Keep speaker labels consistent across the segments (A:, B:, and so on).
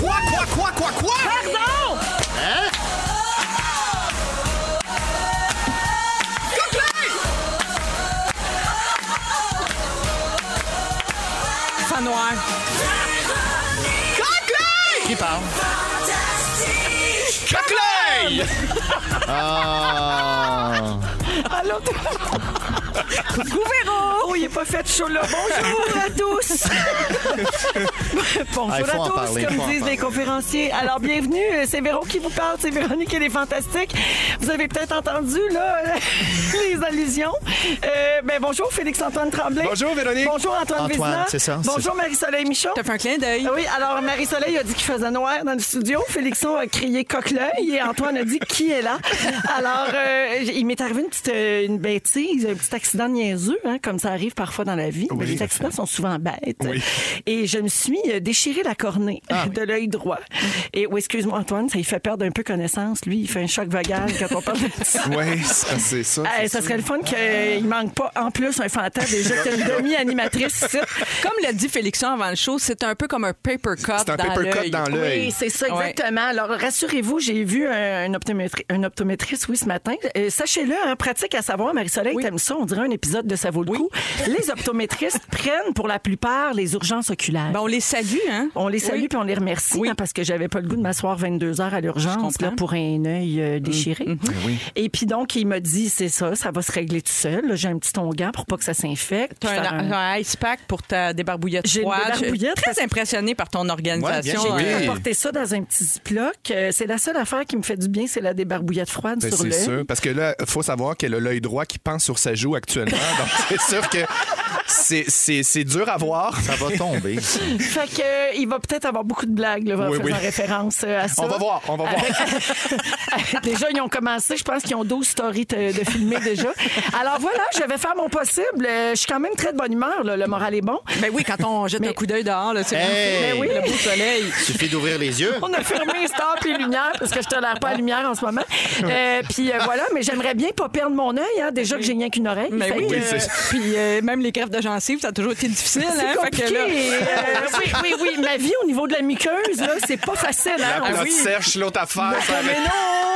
A: quoi, quoi, quoi, quoi? Hein?
B: Pardon! Fan noir.
C: Qui parle?
A: Cochley!
C: Ah!
B: Allô, tout Oh, il n'est pas fait chaud là. Bonjour à tous. Bonjour
C: Ah, il faut en
B: à tous,
C: parler,
B: comme
C: faut en
B: disent les
C: parler.
B: conférenciers. Alors, bienvenue. euh, C'est Véro qui vous parle. C'est Véronique et les Fantastiques. Vous avez peut-être entendu, là, les allusions. Euh, ben, bonjour, Félix-Antoine Tremblay.
A: Bonjour, Véronique.
B: Bonjour, Antoine,
C: Antoine,
B: Vézina.
C: c'est ça, c'est
B: Bonjour, Marie-Soleil Michon.
D: T'as fait un clin d'œil.
B: Oui, alors Marie-Soleil a dit qu'il faisait noir dans le studio. Félixon a crié coqueleuil et Antoine a dit qui est là. Alors, euh, j- il m'est arrivé une petite euh, une bêtise, un petit accident niaiseux, hein, comme ça arrive parfois dans la vie. Mais les accidents sont souvent bêtes. Et je me suis euh, déchiré la cornée
C: Ah
B: de l'œil droit. Et oui, excuse-moi, Antoine, ça lui fait perdre un peu connaissance. Lui, il fait un choc vagal quand on parle de ça.
C: Oui, c'est ça.
B: Eh, ça serait le fun qu'il manque pas en plus un fantasme déjà qu'il y a une demi-animatrice ici.
D: Comme l'a dit Félixon avant le show, c'est un peu comme un paper cut
C: C'est un
D: dans
C: paper cut
D: l'œil.
C: dans l'œil.
B: Oui, c'est ça,
D: Ouais.
B: exactement. Alors, rassurez-vous, j'ai vu un, un optométri- un optométriste, oui, ce matin. Euh, Sachez-le, hein, pratique à savoir, Marie-Soleil,
D: Oui.
B: t'aimes ça, on dirait un épisode de Ça vaut le coup. Les optométristes prennent pour la plupart les urgences oculaires.
D: Ben, on les salue, hein?
B: On les salue
D: Oui.
B: puis on les remercie
D: Oui.
B: hein, parce que j'avais pas le goût de m'asseoir 22 heures à l'urgence
D: Je comprends. Mmh. Ben
B: là, pour un œil euh, déchiré. Et puis donc il m'a dit c'est ça, ça va se régler tout seul. Là, J'ai un petit onguent pour pas que ça s'infecte.
D: T'as
B: puis
D: un,
B: faire un-
D: un ice pack pour ta débarbouillette
B: J'ai une
D: froide. Je suis
B: débarbouillette parce-
D: très impressionnée par ton organisation.
C: Ouais, bien
D: Euh,
C: sûr.
B: J'ai
C: Oui.
B: apporté ça dans un petit ziploc. Euh, c'est la seule affaire qui me fait du bien, c'est la débarbouillette froide
C: Ben,
B: sur
C: c'est
B: l'œil.
C: sûr. Parce que là, il faut savoir qu'elle a l'œil droit qui pense sur sa joue actuellement. Donc, c'est sûr que c'est- c'est c'est dur à voir. Ça va tomber.
B: Fait que euh, il va peut-être avoir beaucoup de blagues là, en
C: Oui,
B: faisant
C: oui.
B: référence euh, à ça.
C: On va voir, on va voir.
B: Avec- déjà, ils ont commencé. Je pense qu'ils ont 12 stories te- de filmer déjà. Alors voilà, je vais faire mon possible. Euh, Je suis quand même très de bonne humeur. là. Le moral est bon.
D: Ben oui, quand on jette
B: Mais-
D: un coup d'œil dehors, là, c'est
E: Hey!
D: Ben oui, le beau soleil.
E: Suffit d'ouvrir les yeux.
B: On a fermé les stars puis les lumières parce que je tolère pas la lumière en ce moment. Euh, puis euh, voilà, mais j'aimerais bien pas perdre mon œil. hein. déjà que j'ai rien qu'une oreille.
D: Mais
B: Fait
D: oui,
B: que,
D: euh, puis euh, même les crèves de gencives, ça a toujours été difficile. hein,
B: C'est
D: fait que
B: compliqué.
D: là-
B: Euh, oui, oui, oui. Ma vie au niveau de la muqueuse, là, c'est pas facile. hein?
C: La
B: Ah
C: plate
B: oui.
C: sèche, l'autre affaire. ça
D: Mais
C: avec-
D: non!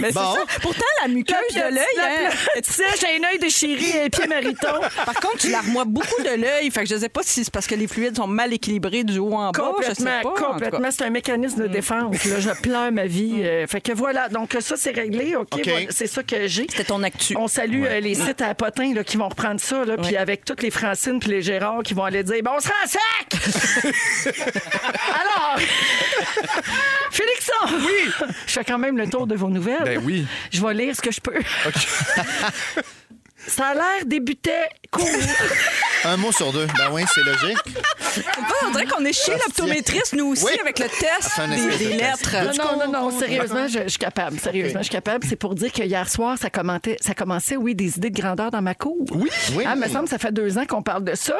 D: Mais
E: Bon.
D: c'est ça. Pourtant, la
B: La
D: muqueuse
B: plate-
D: de l'œil,
B: la
D: hein,
B: plate- Tu sais, j'ai un œil déchiré et un pied mariton.
D: par contre, tu la remois beaucoup de l'œil. Fait que je sais pas si c'est parce que les fluides sont mal équilibrés du haut en bas. Oh, Je sais
B: Complètement,
D: pas. Mm. en tout cas.
B: complètement. C'est un mécanisme de défense. Là, je pleure ma
D: Mm.
B: vie. Euh, fait que voilà. Donc, ça, c'est réglé. OK,
E: OK.
B: voilà, c'est ça que j'ai.
D: C'était ton actu.
B: On salue euh, les sites à potins là, qui vont reprendre ça, là, puis avec toutes les Francines puis les Gérards qui vont aller dire Bon, on se rend à sac Alors, Félixon, oui, je fais quand même le tour de vos nouvelles.
C: Ben oui.
B: Je vais lire ce que je peux. Ça a l'air débutait court.
E: Un mot sur deux. Ben oui, c'est logique.
D: on dirait qu'on est chez l'optométriste, nous aussi,
E: Oui.
D: avec le test
E: fait un
D: des,
E: espèce
D: des
E: de test.
D: lettres.
B: Non, non, non, non, sérieusement, je, je suis capable. Sérieusement, je suis capable. C'est pour dire que hier soir, ça, commentait, ça commençait, oui, des idées de grandeur dans ma cour. Oui,
E: Oui.
B: Ah, me semble que ça fait deux ans qu'on parle de ça.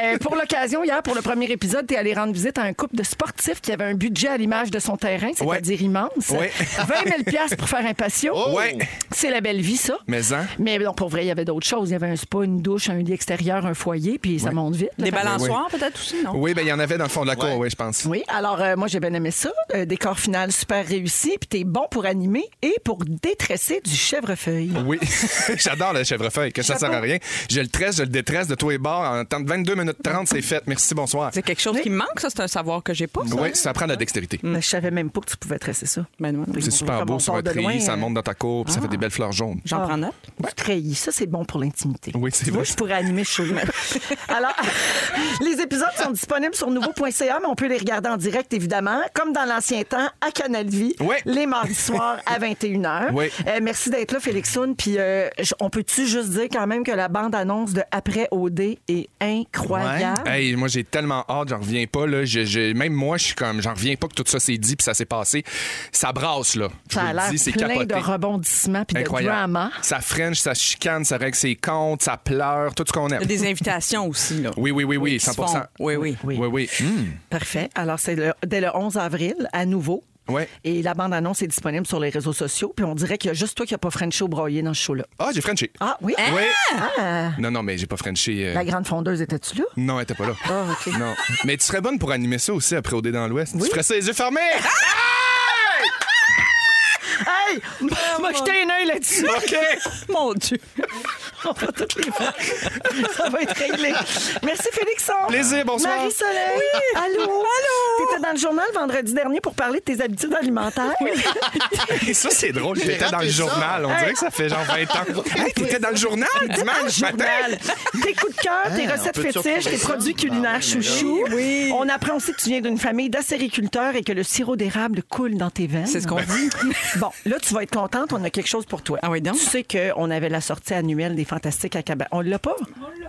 B: Euh, pour l'occasion, hier, pour le premier épisode, t'es allé rendre visite à un couple de sportifs qui avait un budget à l'image de son terrain, c'est-à-dire immense.
C: Ouais.
B: 20 000 piastres pour faire un patio.
E: Oh!
C: Ouais.
B: C'est la belle vie, ça.
C: Mais hein.
B: Mais non, pour vrai, il y avait d'autres choses. Il y avait un spa, une douche, un lit extérieur, un foyer, foyer, puis ça monte vite. là.
D: Des balançoires, peut-être aussi, non?
C: Oui, ben il y en avait dans le fond de la cour, oui, je pense.
B: Oui, alors euh, moi j'ai bien aimé ça. Euh, décor final super réussi, puis t'es bon pour animer et pour détresser du chèvrefeuille.
C: Oui, j'adore le chèvrefeuille, que ça sert à rien. Je le tresse, je le détresse de tous les bords. En temps de 22 minutes 30, c'est fait. Merci, bonsoir.
D: C'est quelque chose qui me manque, ça. C'est un savoir que j'ai pas, ça.
C: Oui, ça prend de la dextérité.
B: Mais Je savais même pas que tu pouvais tresser ça.
D: Ben non.
C: C'est
B: Comme
C: super
B: on
C: beau sur
B: part
C: un
B: de
C: treillis,
B: loin, euh,
C: ça monte dans ta cour, puis ça fait des belles fleurs jaunes.
B: Ah.
D: J'en prends note.
B: Du treillis, ça c'est bon pour l'intimité.
C: Oui, c'est
B: Moi,
C: vrai.
B: je pourrais animer chaud. Alors, les épisodes sont disponibles sur nouveau.ca, mais on peut les regarder en direct, évidemment, comme dans l'ancien temps, à Canal Vie,
C: Oui.
B: les mardis soirs à 21h.
C: Oui.
B: Euh, merci d'être là, Félixoun. Puis, euh, j- on peut-tu juste dire quand même que la bande-annonce de Après OD est incroyable?
C: Hey, moi j'ai tellement hâte, j'en reviens pas là. Je- je- même moi, je suis comme, j'en reviens pas que tout ça s'est dit puis ça s'est passé. Ça brasse là. Je
B: Ça
C: vous
B: a
C: le
B: l'air
C: dis, c'est
B: plein
C: capoté.
B: de rebondissements puis de
C: Incroyable.
B: drama.
C: Ça French, ça chicane, ça règle ses comptes, ça pleure, tout ce qu'on
D: Il y a
C: aime.
D: des invitations aussi, là.
C: Oui, oui, oui, oui,
D: qui se
C: 100
D: font. Oui, oui.
C: Oui, oui. Hmm.
B: Parfait. Alors, c'est le- dès le 11 avril, à nouveau.
C: Ouais.
B: Et la bande-annonce est disponible sur les réseaux sociaux. Puis on dirait qu'il y a juste toi qui n'as pas French au broyé dans ce show-là.
C: Ah, j'ai Frenché.
B: Ah oui?
C: Oui.
B: Ah,
C: Non, non, mais j'ai pas Frenché. euh,
B: la Ah, grande fondeuse, étais-tu là?
C: Non, elle était pas là. Non. Mais tu serais bonne pour animer ça aussi après au dé dans l'Ouest. Tu ferais ça les yeux fermés.
B: Ah! Hey! M'a jeté un œil là-dessus.
C: OK.
D: Mon Dieu.
B: On va toutes les voir. Ça va être réglé. Merci, Félixon.
C: Plaisir, bonsoir.
B: Marie-Soleil. Oui. Allô? Allô? T'étais dans le journal vendredi dernier pour parler de tes habitudes alimentaires.
C: Et ça, c'est drôle. J'étais dans le
E: raté ça.
C: journal. On dirait que ça fait genre 20 ans. Hey, t'étais dans le journal dimanche matin.
B: Journal. Tes coups de cœur, tes
E: Ah, on
B: recettes
E: peut surprendre
B: fétiches, tes
E: ça.
B: produits
E: Ah,
B: culinaires
E: oui, mais là-
B: chouchous. On apprend aussi que tu viens d'une famille d'acériculteurs et que le sirop d'érable coule dans tes veines.
D: C'est ce
E: Ben,
D: qu'on dit.
B: Bon, là, tu vas être contente, on a quelque chose pour toi.
D: Ah oui, donc?
B: Tu sais qu'on avait la sortie annuelle des Fantastiques à Cabane. On l'a pas?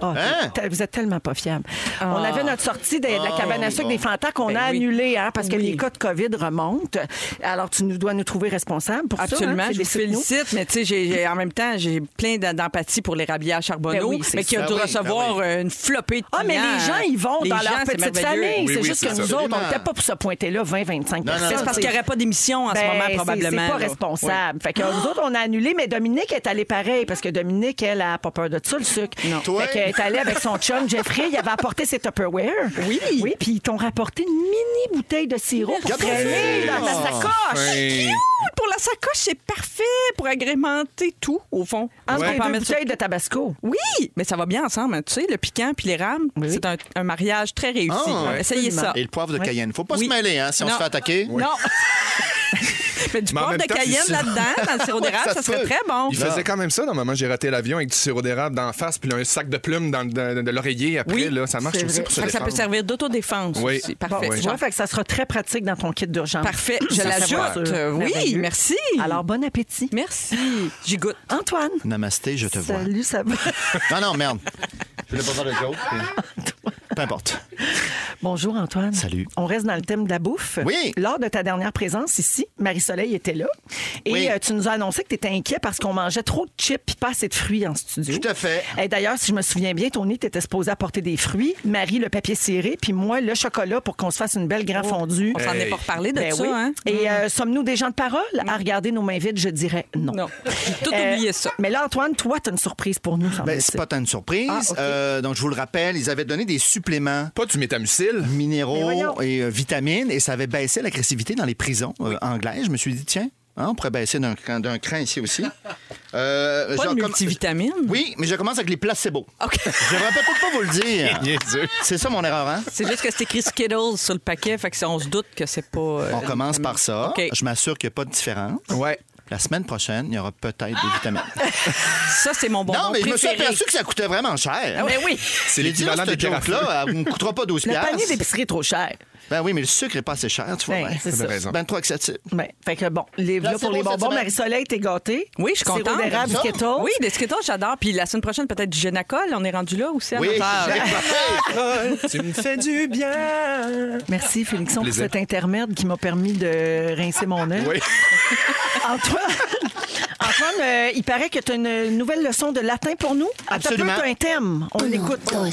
B: Ah,
E: Hein?
B: t'es- Vous êtes tellement pas fiable. On avait notre sortie de, de
E: Oh
B: la cabane à sucre
E: bon.
B: des Fantas qu'on
D: Ah. Ben
B: a
D: oui. Ben
B: annulée hein, parce que
D: Oui.
B: les cas de COVID remontent. Alors, tu nous dois nous trouver responsables pour
D: Absolument,
B: ça. hein,
D: je vous
B: félicite-nous.
D: félicite, mais tu sais, j'ai- j'ai- en même temps, j'ai plein d'en- d'empathie pour les rabières Charbonneau,
B: Ben oui, c'est
D: mais qui
E: ça.
D: a dû
E: Ben oui, ben
D: recevoir
E: oui.
D: euh, une flopée de
B: Ah, mais
D: clients.
B: les gens, ils vont
D: Les
B: dans
D: gens,
B: leur
D: c'est
B: petite
D: merveilleux.
B: famille.
C: Oui,
B: c'est
C: oui,
B: juste
C: c'est
B: que
C: ça.
B: nous autres, on
E: Absolument.
B: n'était pas pour se pointer là 20-25
E: non,
B: personnes.
D: C'est parce qu'il n'y aurait pas d'émission en ce
B: Ben,
D: moment,
B: c'est-
D: probablement.
B: C'est pas
D: là.
B: responsable. Fait que nous autres, on a annulé, mais Dominique est allée pareil parce que Dominique, elle, a pas peur de ça, le sucre.
E: Toi?
B: Fait qu'elle est allée avec son chum Jeffrey. Il avait apporté ses Tupperware.
D: Oui.
B: Oui, puis ils t'ont rapporté une mini bouteille de sirop pour
E: Regarde-moi
B: traîner
E: ça.
B: dans ta sacoche.
C: Hey.
D: Cool, Pour la sacoche, c'est parfait pour agrémenter tout, au fond.
B: Entre
D: On
B: les
D: peut en
B: deux
D: mettre sur-
B: bouteilles de Tabasco.
D: Oui, mais ça va bien ensemble. hein. Tu sais, le piquant puis les rames,
B: Oui.
D: c'est un, un mariage très réussi.
E: Ah,
D: Essayez ça.
E: Et le poivre de
B: Oui.
E: Cayenne. Faut pas
D: Oui.
E: se mêler, hein, si on
D: Non.
E: se fait attaquer.
D: Non. mais du
C: Mais en
D: poivre
C: même
D: de
C: temps,
D: Cayenne
C: c'est-
D: là-dedans, dans le sirop d'érable,
E: ça
D: ça
E: se
D: serait
E: peut.
D: très bon.
C: Il faisait quand même ça dans le moment où j'ai raté l'avion avec du sirop d'érable d'en face puis là, un sac de plumes dans, dans- de l'oreiller après
D: Oui,
C: là, ça marche
B: c'est
C: aussi
B: vrai.
C: pour se
D: Fait que ça
C: défendre.
D: peut servir d'autodéfense
C: Oui.
D: aussi.
C: Bon,
D: Parfait.
C: oui.
B: Tu vois, fait que ça sera très pratique dans ton kit d'urgence.
D: Parfait, je
B: Ça, ça va.
D: l'ajoute. Euh, Oui,
B: Merveilleux.
D: merci.
B: Alors, bon appétit.
D: merci. J'y goûte.
B: Antoine.
E: Namasté, je te vois.
B: Salut, ça va?
E: Non, non, merde. Je voulais pas faire le joke. puis- Peu importe.
B: Bonjour Antoine.
E: Salut.
B: On reste dans le thème de la bouffe.
E: Oui.
B: Lors de ta dernière présence ici, Marie-Soleil était là et
E: Oui.
B: euh, tu nous as annoncé que tu étais inquiet parce qu'on mangeait trop de chips et pas assez de fruits en studio.
E: Tout à fait.
B: Et d'ailleurs, si je me souviens bien, Tony, tu étais supposé apporter des fruits, Marie le papier ciré, puis moi le chocolat pour qu'on se fasse une belle grande fondue.
D: Oh, On s'en est
C: Hey.
D: pas reparlé de
B: Ben
D: ça,
B: oui.
D: hein?
B: Et euh, sommes-nous des gens de parole? À regarder nos mains vides, je dirais non.
D: Non. J'ai tout
B: Euh,
D: oublié ça.
B: Mais là, Antoine, toi, tu as une surprise pour nous.
E: Ben,
B: semble-t-il.
E: c'est pas tant une surprise.
B: Ah, ok.
E: Euh, donc, je vous le rappelle, ils avaient donné des suppléments
C: Pas du métamucil.
B: Mais voyons.
E: minéraux et euh, vitamines et ça avait baissé l'agressivité dans les prisons euh, anglaises. Je me suis dit, tiens, hein, on pourrait baisser d'un, cran- d'un cran ici aussi. Euh,
D: Pas
E: je
D: de
E: recomm-
D: multivitamines?
E: Oui, mais je commence avec les placebos.
D: OK.
E: Je ne peut-être pas vous le dire.
C: Bien sûr.
E: C'est ça mon erreur, hein?
D: C'est juste que c'est écrit Skittles sur le paquet, fait que ça, on se doute que c'est pas. euh,
E: On commence
D: une
E: par ça.
D: vitamine. OK.
E: Je m'assure qu'il n'y a pas de différence.
C: Ouais.
E: La semaine prochaine, il y aura peut-être des vitamines.
D: Ça, c'est mon bonbon
E: non, mais je me suis
D: préféré.
E: aperçu que ça coûtait vraiment cher.
D: Ah, ben oui.
C: C'est l'équivalent des pierres à feu.
E: là ne coûtera pas 12
B: Le
E: piastres.
B: panier d'épicerie est trop cher.
E: Ben oui, mais le sucre n'est pas assez cher, tu vois.
B: Ben,
E: bien.
B: c'est ça.
C: raison.
E: Ben trop accessible.
B: Ben, fait que bon, les, là,
E: Là, c'est
B: pour
E: bon,
B: les
E: cette
B: bonbons,
E: semaine.
B: Marie-Soleil, t'es gâtée.
D: Oui, je suis contente.
B: Sirop d'érable,
E: J'aime ça.
B: Skittles.
D: Oui, des Skittles, j'adore. Puis la semaine prochaine, peut-être du Génacol. On est rendu là aussi à
E: Oui,
D: notre heure.
C: tu me fais du bien.
B: Merci, Félixon, pour
C: Plaisir.
B: cet intermède qui m'a permis de rincer mon œil.
C: Oui.
B: Antoine, Antoine euh, il paraît que tu as une nouvelle leçon de latin pour nous.
E: Absolument.
B: Tu as un thème. On l'écoute.
E: Oh,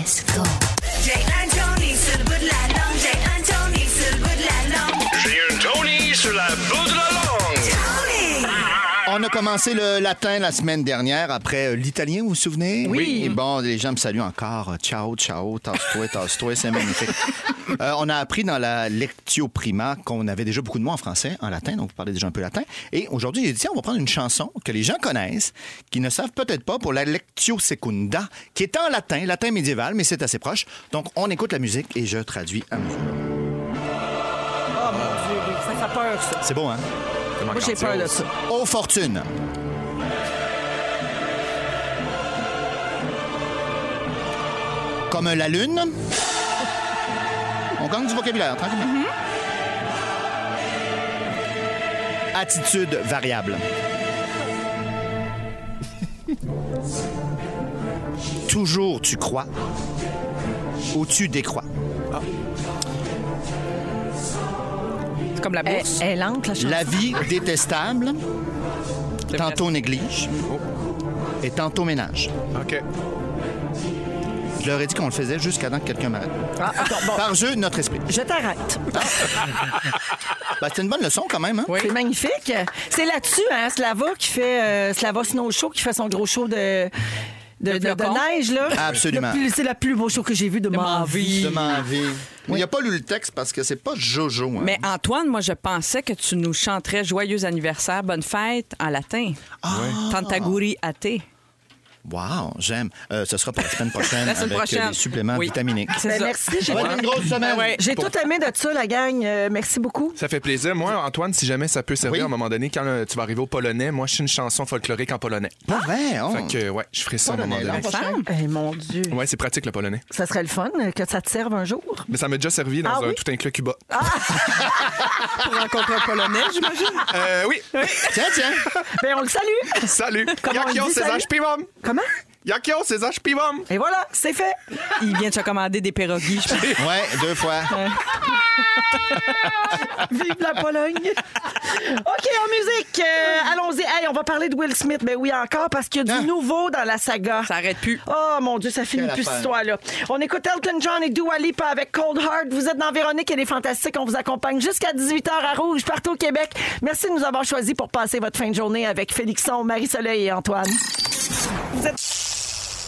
F: J'ai un Tony sur le bout de la langue. J'ai un Tony sur le bout de la langue.
G: J'ai un Tony sur la bout de la langue.
F: Tony!
E: On a commencé le latin la semaine dernière après euh, l'italien, vous vous souvenez?
B: Oui.
E: Et bon, les gens me saluent encore. Euh, Ciao, ciao, tasse-toi, tasse-toi, c'est magnifique. Euh, on a appris dans la lectio prima qu'on avait déjà beaucoup de mots en français, en latin, donc vous parlez déjà un peu latin. Et aujourd'hui, j'ai dit, tiens, on va prendre une chanson que les gens connaissent, qui ne savent peut-être pas pour la lectio secunda, qui est en latin, latin médiéval, mais c'est assez proche. Donc, on écoute la musique et je traduis à mesure.
B: Ah, Ça fait peur, ça.
E: C'est bon, hein?
C: Comment
B: Moi, j'ai
C: grandiose.
B: peur de ça.
E: Aux fortunes. Comme la lune. On gagne du vocabulaire, tranquillement. Attitude variable. Toujours tu crois ou tu décrois.
D: C'est comme la
B: Elle,
D: bourse.
B: elle entre, la chanson.
E: La vie détestable, tantôt néglige et tantôt ménage.
C: OK.
E: Je leur ai dit qu'on le faisait jusqu'à temps que quelqu'un m'arrête.
B: Ah, attends, bon,
E: Par jeu, notre esprit.
B: je t'arrête.
E: Ben, C'était une bonne leçon quand même. Hein?
D: Oui.
B: C'est magnifique. C'est là-dessus, hein, Slava qui fait euh, Slava Snow Show qui fait son gros show de. De,
D: De
B: de- de
D: flocons.
B: neige, là.
E: Absolument.
B: Le plus- C'est le plus beau show que j'ai vu de, ma vie.
E: Il n'a pas lu le texte parce que c'est pas Jojo. hein.
D: Mais Antoine, moi, je pensais que tu nous chanterais Joyeux anniversaire, bonne fête en latin.
E: Ah.
D: Tantaguri athée.
E: Wow, j'aime. Euh, ce sera pour la semaine prochaine
D: La semaine
E: avec euh,
D: prochaine.
E: les suppléments
D: Oui.
E: vitaminiques.
D: C'est
B: Ben,
D: ça.
B: merci, j'ai
E: Ouais, une grosse semaine.
D: Ouais.
B: J'ai
E: Pour-
B: tout aimé de ça, la gang. Euh, merci beaucoup.
C: Ça fait plaisir. Moi, Antoine, si jamais ça peut servir
E: Oui.
C: à un moment donné, quand euh, tu vas arriver au polonais, moi, je suis une chanson folklorique en polonais.
E: Pas vrai,
B: Oh.
E: hein?
C: Fait que, ouais, je ferai ça à un moment
E: Polonais,
C: donné.
E: l'an prochain.
D: Ah.
B: Eh, mon Dieu.
C: Ouais, c'est pratique le polonais.
B: Ça serait le fun euh, que ça te serve un jour.
C: Mais ça m'a déjà servi dans
B: Ah
C: un
B: oui?
C: tout inclus Cuba.
D: Pour rencontrer un Polonais, j'imagine.
C: Euh, oui.
E: Tiens, tiens.
B: Ben, on le salue.
C: Salut.
B: Comment on
C: Yakio,
B: dit,
C: c'est
B: salut?
C: H. Pivom.
B: Comment?
C: Yakio, c'est H. Pivom.
B: Et voilà, c'est fait.
D: Il vient de se commander des pierogies. je pense.
E: Ouais, deux fois.
B: Vive la Pologne! OK, en musique, euh, allons-y. Hey, on va parler de Will Smith. Ben oui, encore, parce qu'il y a du
E: Hein?
B: nouveau dans la saga.
D: Ah. Ça arrête plus.
B: Oh mon Dieu, ça finit
E: Quelle
B: plus
E: affaire.
B: cette histoire-là. On écoute Elton John et Dua Lipa avec Cold Heart. Vous êtes dans Véronique et les Fantastiques. On vous accompagne jusqu'à 18h à Rouge, partout au Québec. Merci de nous avoir choisis pour passer votre fin de journée avec Félixon, Marie-Soleil et Antoine.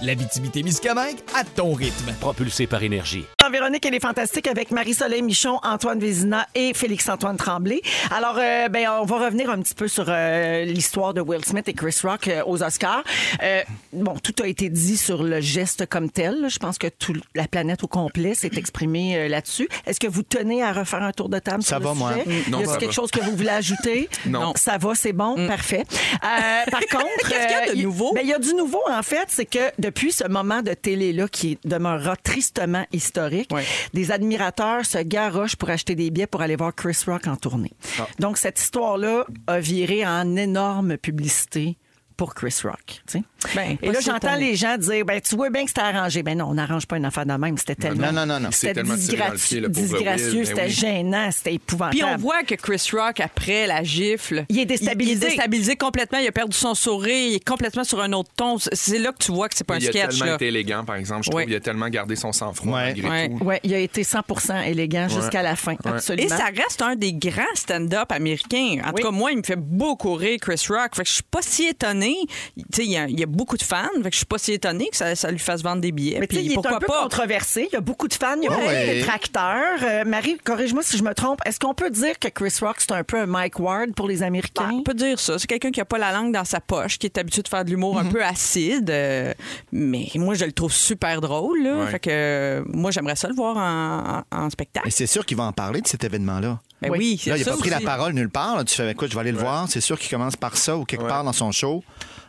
A: L'Abitibi-Témiscamingue à ton rythme.
G: Propulsé par énergie.
B: Dans Véronique, elle est fantastique avec Marie-Soleil Michon, Antoine Vézina et Félix-Antoine Tremblay. Alors, euh, ben, on va revenir un petit peu sur euh, l'histoire de Will Smith et Chris Rock euh, aux Oscars. Euh, bon, tout a été dit sur le geste comme tel. là. Je pense que toute la planète au complet s'est exprimée euh, là-dessus. Est-ce que vous tenez à refaire un tour de table
E: Ça
B: sur
E: va,
B: le
E: moi.
B: sujet?
C: Non,
B: Y a-t-il
C: ça
B: quelque
C: va.
B: chose que vous voulez ajouter?
C: Non.
B: Ça va, c'est bon, parfait. Euh, par contre...
D: Mm. Qu'est-ce qu'il y a de
B: euh, il-
D: nouveau?
B: ben, il y a du nouveau, en fait, c'est que depuis ce moment de télé-là qui demeurera tristement historique,
D: Ouais.
B: des admirateurs se garochent pour acheter des billets pour aller voir Chris Rock en tournée. Donc, cette histoire-là a viré en énorme publicité pour Chris Rock. tu sais.
D: Ben,
B: Et
D: pas
B: là,
D: si
B: j'entends
D: étonné.
B: les gens dire ben, Tu vois bien que c'était arrangé. Ben non, on n'arrange pas une affaire de même. C'était tellement.
E: Non, non, non, non.
C: C'est
B: C'était
C: tellement tiré dans le pied,
B: disgracieux,
C: le pauvre Will,
B: disgracieux,
C: ben
B: c'était
C: oui.
B: gênant, c'était
D: Puis on
B: épouvantable.
D: voit que Chris Rock, après la gifle,
B: Il est déstabilisé.
D: Il est déstabilisé complètement. Il a perdu son sourire. Il est complètement sur un autre ton. C'est là que tu vois que c'est pas un
C: Il a
D: sketch.
C: tellement
D: là.
C: été élégant, par exemple. Je
D: Ouais.
C: trouve qu'il a tellement gardé son sang-froid
E: Ouais.
C: malgré
D: Ouais.
C: tout.
B: Ouais, il a été 100 élégant jusqu'à la fin, absolument.
D: Et ça reste un des grands stand-up américains. En
B: Oui.
D: tout cas, moi, il me fait beaucoup rire, Chris Rock. Fait que je suis pas si étonnée. Tu sais, il y, a- il y a beaucoup de fans. Fait que je suis pas si étonnée que ça, ça lui fasse vendre des billets.
B: Mais tu sais,
D: Puis
B: il est
D: pourquoi
B: un peu
D: pas?
B: controversé. Il y a beaucoup de fans, il y a beaucoup
E: ouais.
B: de détracteurs. Euh, Marie, corrige-moi si je me trompe. Est-ce qu'on peut dire que Chris Rock, c'est un peu un Mike Ward pour les
D: Ben,
B: Américains?
D: on peut dire ça. C'est quelqu'un qui a pas la langue dans sa poche, qui est habitué de faire de l'humour
E: Mm-hmm.
D: un peu acide. euh, mais moi, je le trouve super drôle. là.
C: Ouais.
D: Fait que euh, moi, j'aimerais ça le voir en, en- en spectacle.
E: Et c'est sûr qu'il va en parler de cet événement-là.
D: Ben oui, c'est
E: Là, il n'a
D: ça
E: pas pris la
D: aussi.
E: parole nulle part. là. Tu fais, écoute, je vais aller le voir. C'est sûr qu'il commence par ça ou quelque part dans son show.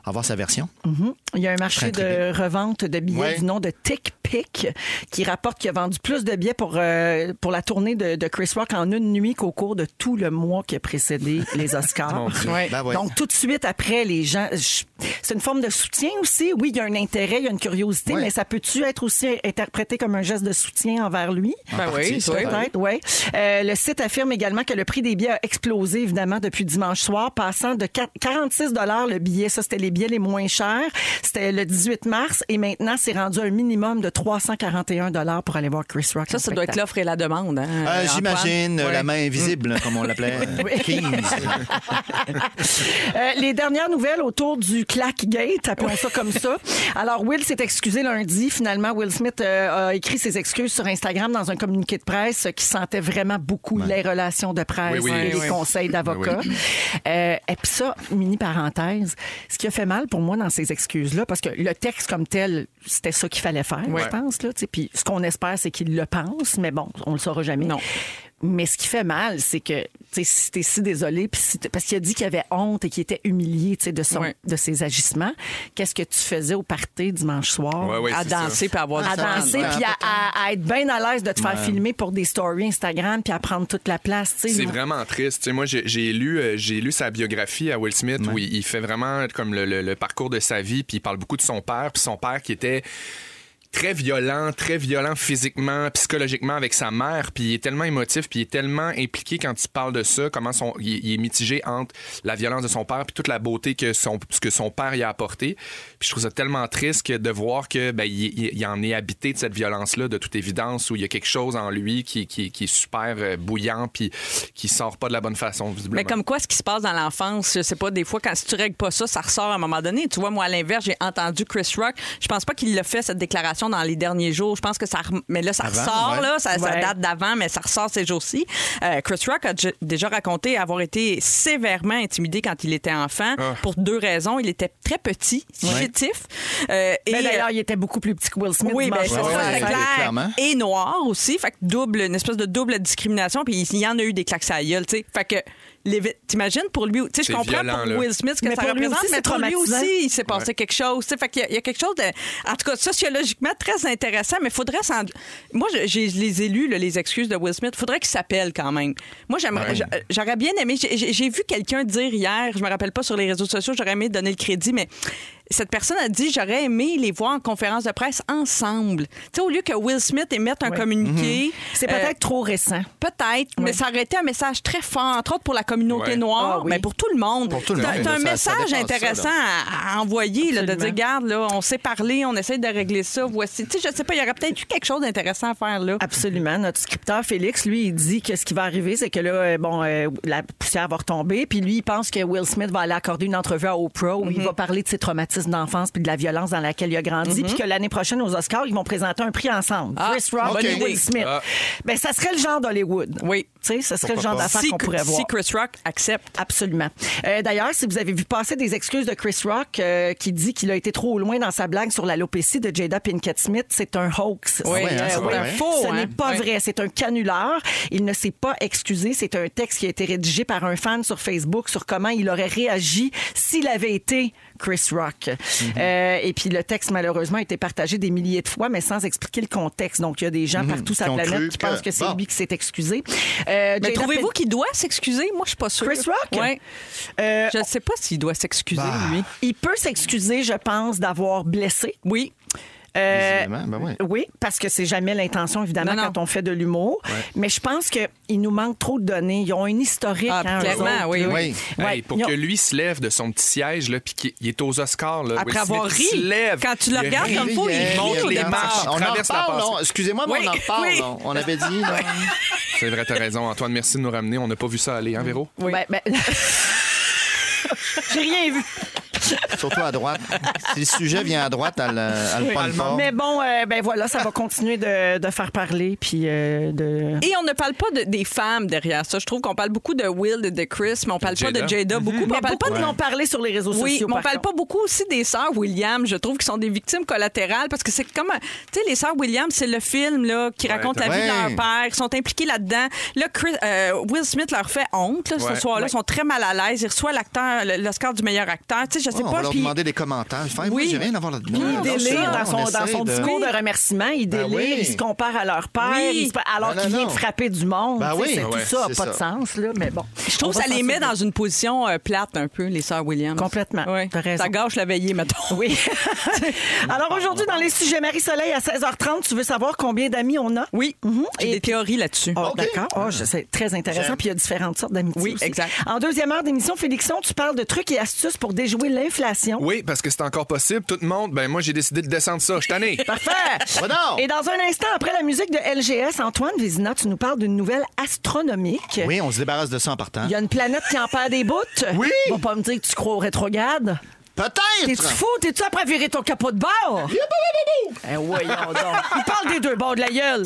E: avoir sa version.
B: Il y a un marché
E: Bah. Très intrigué.
B: de revente de billets
E: Ouais.
B: du nom de Tick Pick qui rapporte qu'il a vendu plus de billets pour, euh, pour la tournée de, de Chris Rock en une nuit qu'au cours de tout le mois qui a précédé les Oscars.
E: Ouais. Ben ouais.
B: Donc, tout de suite après, les gens. je- C'est une forme de soutien aussi. Oui, il y a un intérêt, il y a une curiosité,
E: Ouais.
B: mais ça peut-tu être aussi interprété comme un geste de soutien envers lui?
E: Ah.
D: Ben oui, oui.
B: Peut-être, oui. Euh, le site affirme également que le prix des billets a explosé, évidemment, depuis dimanche soir, passant de 4- 46 le billet. Ça, c'était les billets les moins chers. C'était le 18 mars et maintenant, c'est rendu un minimum de 341 pour aller voir Chris Rock.
D: Ça, ça doit être l'offre et la demande. hein,
E: Euh,
D: Antoine?
E: J'imagine euh,
D: Ouais.
E: la main invisible, comme on l'appelait.
B: Oui.
E: Kings.
B: Euh, les dernières nouvelles autour du Clackgate, appelons ça comme ça. Alors, Will s'est excusé lundi. Finalement, Will Smith euh, a écrit ses excuses sur Instagram dans un communiqué de presse qui sentait vraiment beaucoup les relations de presse
C: Oui, oui.
B: et les
D: Oui, Ben oui.
B: conseils d'avocats. Euh, et puis ça, mini parenthèse, ce qui a fait mal pour moi dans ces excuses-là, parce que le texte comme tel, c'était ça qu'il fallait faire,
D: Ouais.
B: je pense. Là, tu sais. puis ce qu'on espère, c'est qu'il le pense, mais bon, on le saura jamais.
D: Non.
B: Mais ce qui fait mal, c'est que tu sais, si t'es si désolé, puis si t'es- parce qu'il a dit qu'il avait honte et qu'il était humilié tu sais, de, son,
D: Ouais.
B: de ses agissements, qu'est-ce que tu faisais au party dimanche soir?
C: Ouais, ouais,
D: à
C: c'est ça.
D: danser puis à avoir du
B: à
D: fun.
B: danser, puis à, à- à être bien à l'aise de te faire filmer pour des stories Instagram, puis à prendre toute la place. tu sais,
C: C'est
B: non?
C: vraiment triste. Tu sais, moi, j'ai j'ai lu, euh, j'ai lu sa biographie à Will Smith où il, il fait vraiment comme le, le- le parcours de sa vie, puis il parle beaucoup de son père, puis son père qui était très violent, très violent physiquement, psychologiquement avec sa mère, puis il est tellement émotif, puis il est tellement impliqué quand il parle de ça, comment son, il, il est mitigé entre la violence de son père puis toute la beauté que son, ce que son père y a apporté. Puis je trouve ça tellement triste que de voir que ben, il, il- il en est habité de cette violence-là, de toute évidence, où il y a quelque chose en lui qui, qui, qui est super euh, bouillant puis qui sort pas de la bonne façon, visiblement.
D: Mais comme quoi, ce qui se passe dans l'enfance, je sais pas, des fois, quand si tu règles pas ça, ça ressort à un moment donné. Tu vois, moi, à l'inverse, j'ai entendu Chris Rock. Je pense pas qu'il l'a fait, cette déclaration, dans les derniers jours. Je pense que ça. rem- Mais là, ça
E: Avant,
D: ressort,
E: ouais.
D: là. Ça, ça
B: Ouais.
D: date d'avant, mais ça ressort ces jours-ci. Euh, Chris Rock a dj- déjà raconté avoir été sévèrement intimidé quand il était enfant
C: Ah.
D: pour deux raisons. Il était très petit, chétif. euh,
B: Mais
D: et-
B: d'ailleurs, il était beaucoup plus petit que Will Smith.
D: oui, ben,
B: dimanche
D: c'est
B: soir.
E: ouais,
D: ça, c'est
E: ouais,
D: clair.
E: clairement.
D: Et noir aussi. Fait que double, une espèce de double discrimination. Puis il y en a eu des claques à la gueule, tu sais. Fait que, les- t'imagines pour lui, tu sais, je
C: C'est
D: comprends
C: violent,
D: pour
C: là.
D: Will Smith ce que
B: Mais
D: ça
B: pour lui
D: représente,
B: aussi,
D: mais
B: c'est
D: pour lui
B: traumatisant.
D: aussi, il s'est passé quelque chose, tu sais. Fait qu'il y a- il y, a quelque chose de, en tout cas, sociologiquement très intéressant, mais faudrait s'en, moi, je- j'ai les élus, là, les excuses de Will Smith, faudrait qu'ils s'appellent quand même. Moi, j'aimerais,
C: Ouais.
D: j'a- j'aurais bien aimé, j'ai- j'ai j'ai vu quelqu'un dire hier, je me rappelle pas sur les réseaux sociaux, j'aurais aimé donner le crédit, mais cette personne a dit j'aurais aimé les voir en conférence de presse ensemble. Tu sais, au lieu que Will Smith émette un
B: Ouais. Mm-hmm.
D: communiqué.
B: C'est
D: euh,
B: peut-être trop récent.
D: Peut-être, mais ça aurait été un message très fort, entre autres pour la communauté
C: Ouais.
D: noire,
B: Ah oui.
D: mais pour tout le monde.
E: Pour tout le
D: C'est un-
E: monde,
D: C'est un
E: là, ça- ça
D: message
E: dépasse ça,
D: intéressant à, à envoyer, là, de dire,
B: Absolument.
D: regarde, là, on s'est parlé, on essaie de régler ça, voici. Tu sais, je sais pas, il y aurait peut-être eu quelque chose d'intéressant à faire là.
B: Absolument. Notre scripteur Félix, lui, il dit que ce qui va arriver, c'est que là, euh, bon, euh, la poussière va retomber. Puis lui, il pense que Will Smith va aller accorder une entrevue à Oprah où
D: Mhm.
B: il va parler de ses traumatismes d'enfance puis de la violence dans laquelle il a grandi. Puis que l'année prochaine, aux Oscars, ils vont présenter un prix ensemble.
D: Mhm. Ah,
B: Chris Rock
D: bonne
B: et
D: idée.
B: Will Smith.
C: Ah.
B: Ben, ça serait le genre d'Hollywood.
D: Oui.
B: Tu sais, ça serait le genre d'affaires
D: si,
B: qu'on pourrait
D: si
B: voir.
D: Chris Rock accepte.
B: Absolument. Euh, D'ailleurs, si vous avez vu passer des excuses de Chris Rock euh, qui dit qu'il a été trop loin dans sa blague sur l'alopécie de Jada Pinkett Smith, c'est un hoax.
D: Oui,
B: C'est, euh,
E: hein, c'est pas vrai.
D: Faux,
B: Ce
D: hein.
B: n'est pas
D: Oui.
B: vrai. C'est un canular. Il ne s'est pas excusé. C'est un texte qui a été rédigé par un fan sur Facebook sur comment il aurait réagi s'il avait été Chris Rock. Euh, et puis le texte, malheureusement, a été partagé des milliers de fois, mais sans expliquer le contexte. Donc, il y a des gens partout sur
E: Qui
B: la
E: ont
B: planète
E: cru
B: Mm-hmm. qui
E: que-
B: pensent que c'est
E: Bon.
B: lui qui s'est excusé. Euh,
D: Mais
B: Jada
D: trouvez-vous
B: Pin-
D: qu'il doit s'excuser? Moi, je suis pas sûre.
B: Chris Rock?
D: Ouais.
B: Euh, Bah.
D: Je ne sais pas s'il doit s'excuser, lui.
B: Il peut s'excuser, je pense, d'avoir blessé.
D: Oui.
B: Euh,
E: Visiblement, ben ouais.
B: Oui, parce que c'est jamais l'intention, évidemment,
D: Non, non.
B: quand on fait de l'humour. Mais je pense qu'il nous manque trop de données. Ils ont un historique.
D: Ah,
B: hein, eux
D: clairement,
B: autres.
D: oui, oui.
C: Hey,
B: Ouais,
C: pour
B: ils ont-
C: que lui se lève de son petit siège là, puis qu'il il est aux Oscars là,
D: Après
C: Will
D: avoir
C: Smith, il
D: ri.
C: se lève.
D: Quand tu le
C: Il
D: regardes
C: rit,
D: Ah, comme fou, il
C: rit,
D: monte
C: rit,
D: les
C: il
D: marches,
C: marche,
E: On en
C: traverse la
E: reparle,
C: passerelle.
E: non? Excusez-moi, mais
D: Oui.
E: on en reparle.
D: Oui.
E: non? On avait dit. non?
C: C'est vrai, t'as raison, Antoine. Merci de nous ramener. On n'a pas vu ça aller, hein, Véro?
B: Oui. Ben, ben- J'ai rien vu.
E: Surtout à droite. Si le sujet vient à droite, elle, euh, elle parle fort.
B: Mais bon, euh, ben voilà, ça va continuer de, de faire parler. Puis euh, de.
D: Et on ne parle pas de- des femmes derrière ça. Je trouve qu'on parle beaucoup de Will et de Chris, mais on parle pas
C: Jada.
D: de Jada beaucoup. mais
B: Mm-hmm. Mais
D: on parle
B: beaucoup
D: pas
B: de
D: de
B: l'ont parlé sur les réseaux
D: Oui,
B: sociaux.
D: mais on
B: par
D: parle
B: contre.
D: pas beaucoup aussi des sœurs Williams, je trouve, qui sont des victimes collatérales parce que c'est comme. Tu sais, les sœurs Williams, c'est le film là, qui raconte la vie de
E: Ouais.
D: leur père. Ils sont impliqués là-dedans. Là, Chris- euh, Will Smith leur fait honte là, ce
C: Ouais.
D: soir-là. Ils sont très mal à l'aise. Ils reçoivent l'acteur, le- l'Oscar du meilleur acteur. Tu sais, je sais sais
E: on
D: pas.
E: va leur
D: puis-
E: demander des commentaires. Enfin, moi, j'ai rien à voir là-dedans.
B: Puis
E: Non,
B: il délire
E: ça,
B: dans
E: on
B: son, dans
E: essaie
B: son
E: de-
B: discours de remerciement, il
E: Ben
B: délire,
E: oui.
B: il se compare à leur père,
D: Oui.
B: il se pa- alors
E: Ben
B: qu'il
E: non,
B: vient de
E: non.
B: frapper du monde.
E: Ben
B: tu sais,
E: oui.
B: c'est
E: Ah
B: tout
E: ouais,
B: ça n'a
E: c'est
B: pas de
E: ça.
B: sens, là, mais bon.
D: Je trouve que ça les met dans une position euh, plate un peu, les sœurs Williams.
B: Complètement.
D: Ouais.
B: T'as raison.
D: Ça gâche la veillée, mettons.
B: Oui. Alors aujourd'hui, dans les sujets Marie-Soleil à 16h30, tu veux savoir combien d'amis on a?
D: Oui,
B: Mhm.
D: j'ai
B: Et
D: des
B: puis-
D: théories là-dessus.
B: Ah,
E: Ok.
B: D'accord. Ah, je- c'est très intéressant. Puis il y a différentes sortes d'amitiés.
D: Oui,
B: aussi.
D: exact.
B: En deuxième heure d'émission, Félixon, tu parles de trucs et astuces pour déjouer l'inflation.
C: Oui, parce que c'est encore possible. Tout le monde, ben moi, j'ai décidé de descendre ça. Je suis tanné.
B: Parfait!
E: Ouais, non.
B: Et dans un instant, après la musique de LGS, Antoine Vézina, tu nous parles d'une nouvelle astronomique.
E: Oui, on se débarrasse de ça en partant.
B: Il y a une planète qui en perd des bouts.
E: Oui.
B: Va pas me dire que tu crois au rétrograde. T'es-tu
E: Peut-être!
B: fou? T'es-tu après virer ton capot de bord? Eh voyons donc. Il parle des deux bords de la gueule.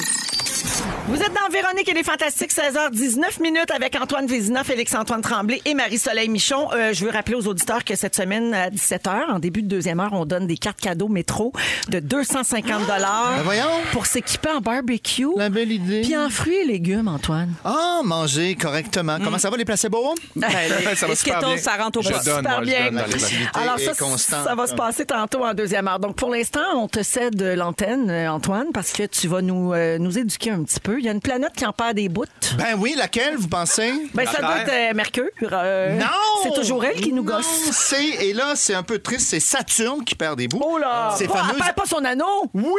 B: Vous êtes dans Véronique et les Fantastiques, 16h19 minutes avec Antoine Vézina, Félix-Antoine Tremblay et Marie-Soleil Michon. Euh, je veux rappeler aux auditeurs que cette semaine, à 17h, en début de deuxième heure, on donne des cartes cadeaux métro de 250 dollars
E: Ben voyons.
B: pour s'équiper en barbecue.
E: La belle idée.
B: Puis en fruits et légumes, Antoine.
E: Ah, manger correctement.
B: Mm.
E: Comment ça va, les placebos?
D: Ben, les-
C: ça va
D: les
C: super
D: Skittles,
C: bien.
D: ça rentre au
C: Je
D: pot.
C: donne,
B: Super
C: moi, je
B: bien.
C: donne dans les amis.
E: Activité
B: Alors
E: est
B: ça,
E: constante.
B: ça va se passer tantôt en deuxième heure. Donc pour l'instant, on te cède l'antenne, euh, Antoine, parce que tu vas nous, euh, nous éduquer un petit peu. Il y a une planète qui en perd des bouts.
E: Ben oui, laquelle, vous pensez?
B: Ben, ça
C: La
B: doit être euh, Mercure. euh,
E: Non!
B: C'est toujours elle qui nous
E: Non,
B: gosse.
E: c'est, et là, c'est un peu triste, c'est Saturne qui perd des bouts.
B: Oh là!
E: Ces
B: Pas-
D: Ah,
E: fameuses-
B: Elle perd pas son anneau! Ah!
E: Oui!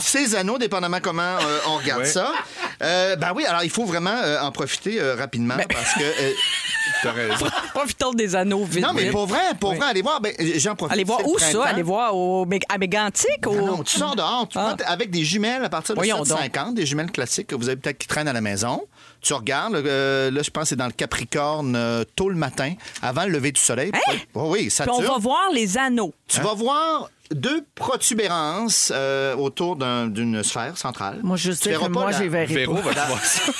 E: Ces anneaux, dépendamment comment euh, on regarde
C: Ouais.
E: ça. Euh, ben oui, alors il faut vraiment euh, en profiter euh, rapidement
D: Ben,
E: parce que. euh,
C: T'as raison.
D: Profitons des anneaux vite.
E: non, mais
D: vite.
E: pour vrai, pour vrai, allez voir. Ben, euh, j'en profite.
D: Allez voir
E: c'est le
D: où ça?
E: printemps.
D: Allez voir au, Mé- à Mégantic? Au...
E: Ah non, tu sors dehors, tu
D: Ah.
E: prends- avec des jumelles à partir de
D: Voyons
E: 7,50, des jumelles classiques que vous avez peut-être qui traînent à la maison. Tu regardes, euh, là, je pense que c'est dans le Capricorne euh, tôt le matin, avant le lever du soleil. Oh oui,
D: Hein? Puis on
E: Saturne.
D: va voir les anneaux.
E: Tu vas voir deux protubérances euh, autour d'un- d'une sphère centrale.
B: Moi, je sais
E: Tu verras
B: que
E: pas
B: moi,
E: la-
B: j'ai verré.
C: Véro va te voir ça.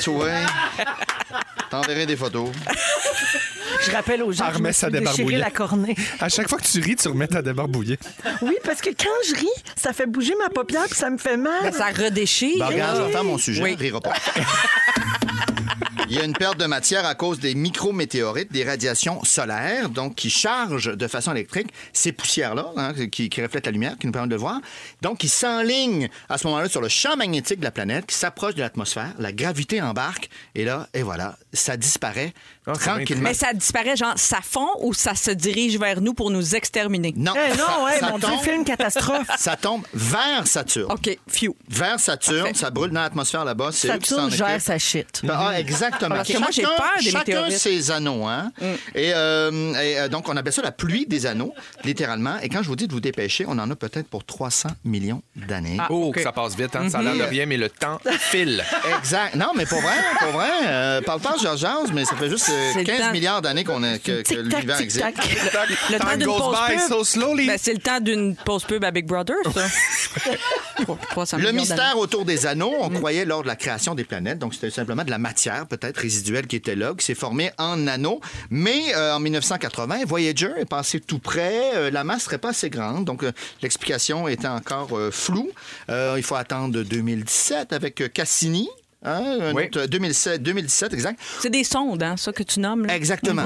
E: Tu vois, t'enverrai des photos.
B: Je rappelle aux gens
C: Elle
B: que je me
C: remet sa
B: suis déchiré
C: débarbouillée.
B: la cornée.
C: À chaque fois que tu ris, tu remets ta débarbouillée.
B: Oui, parce que quand je ris, ça fait bouger ma paupière puis ça me fait mal.
D: Ça redéchire.
E: Ben, regarde,
D: Oui.
E: j'entends mon sujet,
D: Oui.
E: rira pas. Il y a une perte de matière à cause des micrométéorites, des radiations solaires, donc qui chargent de façon électrique ces poussières-là, hein, qui, qui reflètent la lumière, qui nous permettent de le voir. Donc, ils s'enlignent à ce moment-là sur le champ magnétique de la planète, qui s'approche de l'atmosphère. La gravité embarque, et là, et voilà, ça disparaît
C: Ah, c'est bien
E: tranquillement.
D: Mais ça disparaît, genre, ça fond ou ça se dirige vers nous pour nous exterminer?
E: Non,
B: Eh non,
E: ça-
B: ouais,
E: ça
B: mon Dieu,
E: tombe-
B: fait une catastrophe.
E: ça tombe vers Saturne.
D: OK, phew.
E: Vers Saturne, ça brûle dans l'atmosphère là-bas. c'est eux qui
B: Saturne
E: s'en
B: gère
E: occupent.
B: sa shit.
E: Ah, exactement.
D: Parce que moi, j'ai peur des
E: chacun
D: météorites. Mm.
E: ses anneaux. Hein? Et, euh, et, euh, donc, on appelle ça la pluie des anneaux, littéralement. Et quand je vous dis de vous dépêcher, on en a peut-être pour 300 millions d'années.
D: Ah,
C: Oh, que ça passe vite, hein. Ça a
D: Mhm.
C: l'air de rien, mais le temps file.
E: Exact. Non, mais pour vrai, pour vrai. Euh, parle pas, Georges Jazz, mais ça fait juste euh,
D: C'est le
E: 15
D: temps.
E: milliards d'années qu'on a- que, que
B: Tic-tac,
E: l'univers existe.
B: tic-tac.
D: Le temps
C: Time
D: d'une
C: goes
D: pause
C: by
D: pub.
C: so slowly.
D: Ben, c'est le temps d'une pause pub à Big Brother, ça. Trois- 300
E: Le
D: millions d'années. Mm.
E: mystère autour des anneaux, on croyait lors de la création des planètes, donc c'était simplement de la matière peut-être résiduelle qui était là, qui s'est formée en anneaux. Mais euh, en 1980, Voyager est passé tout près, euh, la masse serait pas assez grande, donc euh, l'explication était encore euh, floue. Euh, il faut attendre 2017 avec euh, Cassini. hein, un
C: Oui.
E: autre- 2007, 2017, exact.
D: C'est des sondes, hein, ça, que tu nommes. là.
E: Exactement.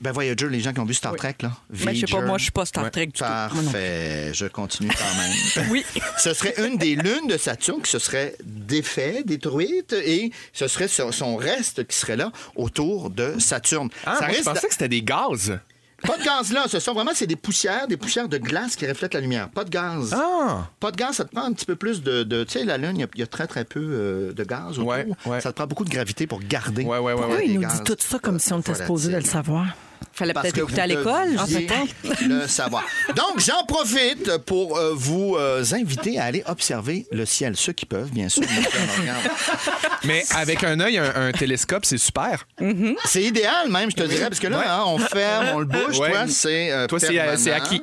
E: Ben Voyager, les gens qui ont vu Star Trek, là.
D: Ben, Mm-hmm. je sais pas,
E: Voyager.
D: moi, je suis pas Star Trek du tout.
E: Parfait. Je continue quand même.
D: Oui.
E: Ce serait une des lunes de Saturne qui se serait défaite, détruite, et ce serait son son reste qui serait là autour de Saturne.
C: Ah, moi, je
E: reste-
C: pensais que c'était des gaz.
E: Pas de gaz là, ce sont vraiment c'est des poussières, des poussières de glace qui reflètent la lumière. Pas de gaz.
C: Ah!
E: Pas de gaz, ça te prend un petit peu plus de. de- tu sais, la Lune, il y a- il y, a très très peu euh, de gaz autour.
C: Ouais, ouais.
E: Ça te prend beaucoup de gravité pour garder.
C: Ouais, ouais, ouais,
B: Pourquoi
C: ouais.
B: il
E: des
B: nous
E: gaz
B: dit tout ça comme si on était
E: volatiles.
B: supposé de le savoir?
D: Fallait
E: Parce
D: peut-être
E: que
D: écouter ben, à
E: vous
D: l'école, je sais
E: deviez
D: pas.
E: le savoir. Donc, j'en profite pour euh, vous euh, inviter à aller observer le ciel. Ceux qui peuvent, bien sûr. mais on regarde.
C: Mais avec un œil, un, un télescope, c'est super.
E: C'est idéal même, je te dirais, parce que là, hein, on ferme, on le bouge.
C: Ouais.
E: Toi, c'est euh,
C: Toi, c'est, euh, c'est
E: permanent.
C: acquis.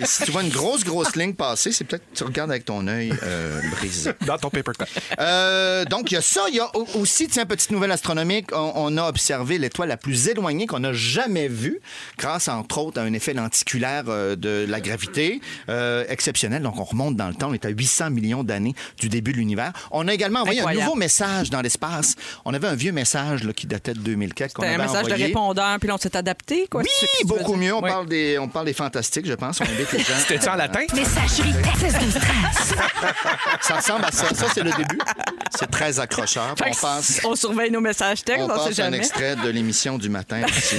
E: Et si tu vois une grosse, grosse ligne passer, c'est peut-être que tu regardes avec ton œil euh, brisé.
C: Dans ton paper cut.
E: Euh, donc, il y a ça. Il y a au- aussi, tiens, petite nouvelle astronomique, on, on a observé l'étoile la plus éloignée qu'on a jamais vue, grâce entre autres à un effet lenticulaire euh, de la gravité euh, exceptionnel. Donc on remonte dans le temps, on est à 800 millions d'années du début de l'univers. On a également envoyé un
D: Incroyable.
E: nouveau message dans l'espace. On avait un vieux message là, qui datait de 2004 qu'on
D: C'était
E: avait
D: un message de
E: envoyé.
D: répondeur, puis là, on s'est adapté. Quoi, C'est ce que
E: Oui,
D: tu veux
E: beaucoup
D: dire.
E: mieux. On,
D: Oui.
E: parle des, on parle des fantastiques, je pense. On invite les gens.
C: C'était-tu en latin?
H: Messagerie texte 12 13.
E: Ça ressemble à ça. Ça, c'est le début. C'est très accrocheur.
D: Fait
E: On
D: que
E: passe,
D: on surveille nos messages
E: on
D: textes, on sait
E: passe un
D: jamais. Oh.
E: extrait de l'émission du matin aussi.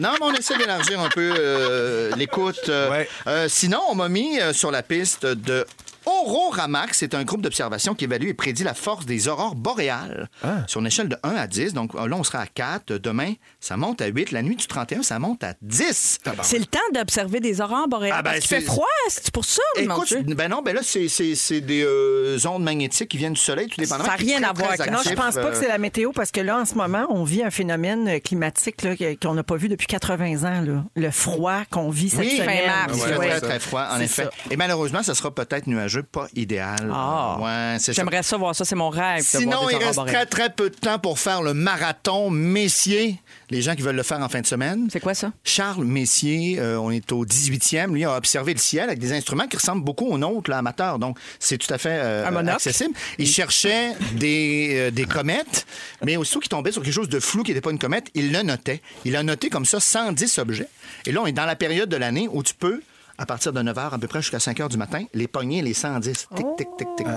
E: Non, mais on essaie d'élargir un peu euh, l'écoute. Euh,
C: Ouais.
E: euh, sinon, on m'a mis euh, sur la piste de Auroramax. C'est un groupe d'observation qui évalue et prédit la force des aurores boréales sur une échelle de 1 à 10. Donc euh, là, on sera à 4. Demain, ça monte à 8. La nuit du 31, ça monte à 10.
D: C'est le temps d'observer des aurores boréales.
E: Ah, ben,
D: parce qu'il fait
E: c'est-
D: froid, c'est pour ça, mon
E: Écoute,
D: Dieu.
E: ben non, ben là, c'est- c'est c'est des euh, ondes magnétiques qui viennent du soleil, tout dépendamment.
D: Ça a rien à voir avec-
B: Non, je pense pas que c'est
E: la...
B: la météo parce que là, en ce moment, on vit un phénomène euh, climatique là, que- qu'on n'a pas vu depuis 80 ans. là. Le froid qu'on vit cette
E: Oui,
B: semaine.
D: fin mars,
E: Il fait
C: ouais.
E: très, très froid, en
B: C'est
E: effet.
B: ça.
E: Et malheureusement, ça sera peut-être nuageux, pas idéal.
D: Ah.
E: Ouais, c'est ça.
D: J'aimerais ça voir ça, c'est mon rêve. de
E: Sinon,
D: voir des
E: il
D: aurores
E: reste très,
D: boréales.
E: très peu de temps pour faire le marathon Messier. Les gens qui veulent le faire en fin de semaine.
D: C'est quoi ça?
E: Charles Messier, euh, on est au 18e, lui a observé le ciel avec des instruments qui ressemblent beaucoup aux nôtres, là, amateurs. Donc, c'est tout à fait euh,
D: Un monocle.
E: accessible. Il cherchait des, euh, des comètes, mais aussitôt qu'il tombait sur quelque chose de flou qui n'était pas une comète, il le notait. Il a noté comme ça 110 objets. Et là, on est dans la période de l'année où tu peux, à partir de 9h à peu près jusqu'à 5h du matin, les pogner, les 110. Tic, tic, tic, tic, tic.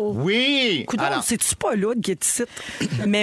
E: Oui!
B: Oh. Coudonc,
E: Alors,
B: c'est-tu pas lourd qui est ici?
D: Mais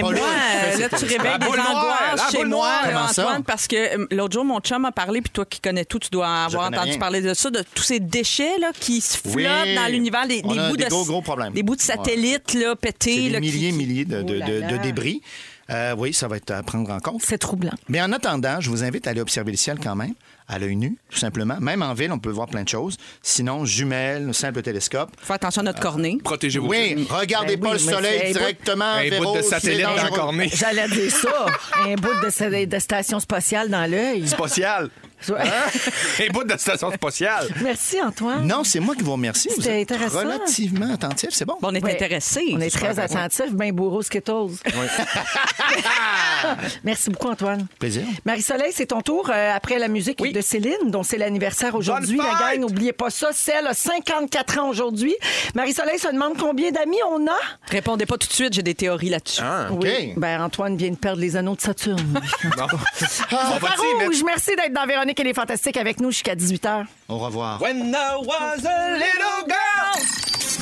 E: Pas
D: moi,
E: lourd.
D: euh, là, tu réveilles
C: La
D: des
C: boule noire, la
D: angoisses chez
C: boule
D: moi,
C: noire.
D: là,
E: Comment ça?
D: Antoine, parce que euh, l'autre jour, mon chum a parlé, puis toi qui connais tout, tu dois
E: Je
D: avoir
E: connais
D: entendu
E: rien.
D: parler de ça, de tous ces déchets là, qui se flottent
E: Oui.
D: dans l'univers, des,
E: On
D: des
E: a
D: bouts
E: des
D: de
E: gros, gros problèmes.
D: des bouts de
E: Ouais.
D: satellites là,
E: c'est
D: pétés.
E: des
D: là, qui-
E: milliers,
D: qui-
E: milliers de, de-
B: Oh là
E: de- de
B: là.
E: débris. Euh, oui, ça va être à prendre en compte.
B: C'est troublant.
E: Mais en attendant, je vous invite à aller observer le ciel quand même, à l'œil nu, tout simplement. Même en ville, on peut voir plein de choses. Sinon, jumelles, simple télescope.
D: Faut attention à
E: Ah.
D: notre cornée.
C: Protégez-vous.
E: Oui, regardez
B: Ben
E: pas
B: oui,
E: le
B: mais c'est-
E: soleil directement,
C: Un
E: Véro,
C: bout de
E: c'est
C: satellite dans
E: dangereux.
C: la cornée.
B: J'allais dire ça. Un bout de, sa- de station spatiale dans l'œil.
C: Spatial.
B: Ouais.
C: Un bout de station spatiale.
B: Merci, Antoine.
E: Non, c'est moi qui vous remercie. Vous
B: C'était
E: êtes
B: intéressant.
E: relativement attentif, c'est bon.
D: Bon, on est
B: Ouais.
D: intéressés.
B: On est très
E: super,
B: attentifs, bien bourreau Skittles. Merci beaucoup, Antoine.
E: Plaisir.
B: Marie-Soleil, c'est ton tour euh, après la musique de Céline, dont c'est l'anniversaire aujourd'hui.
C: Bonne
B: La
C: fête!
B: gang, n'oubliez pas ça, celle a 54 ans aujourd'hui. Marie-Soleil se demande combien d'amis on a.
D: Répondez pas tout de suite, j'ai des théories là-dessus.
C: Ah,
E: OK.
B: Oui. Ben, Antoine vient de perdre les anneaux de Saturne.
C: non.
B: On
E: Ah!
C: Ah, On va t'y mettre.
B: Rouge, merci d'être dans Véronique et les Fantastiques avec nous jusqu'à 18h.
E: Au revoir.
C: When I was a little girl.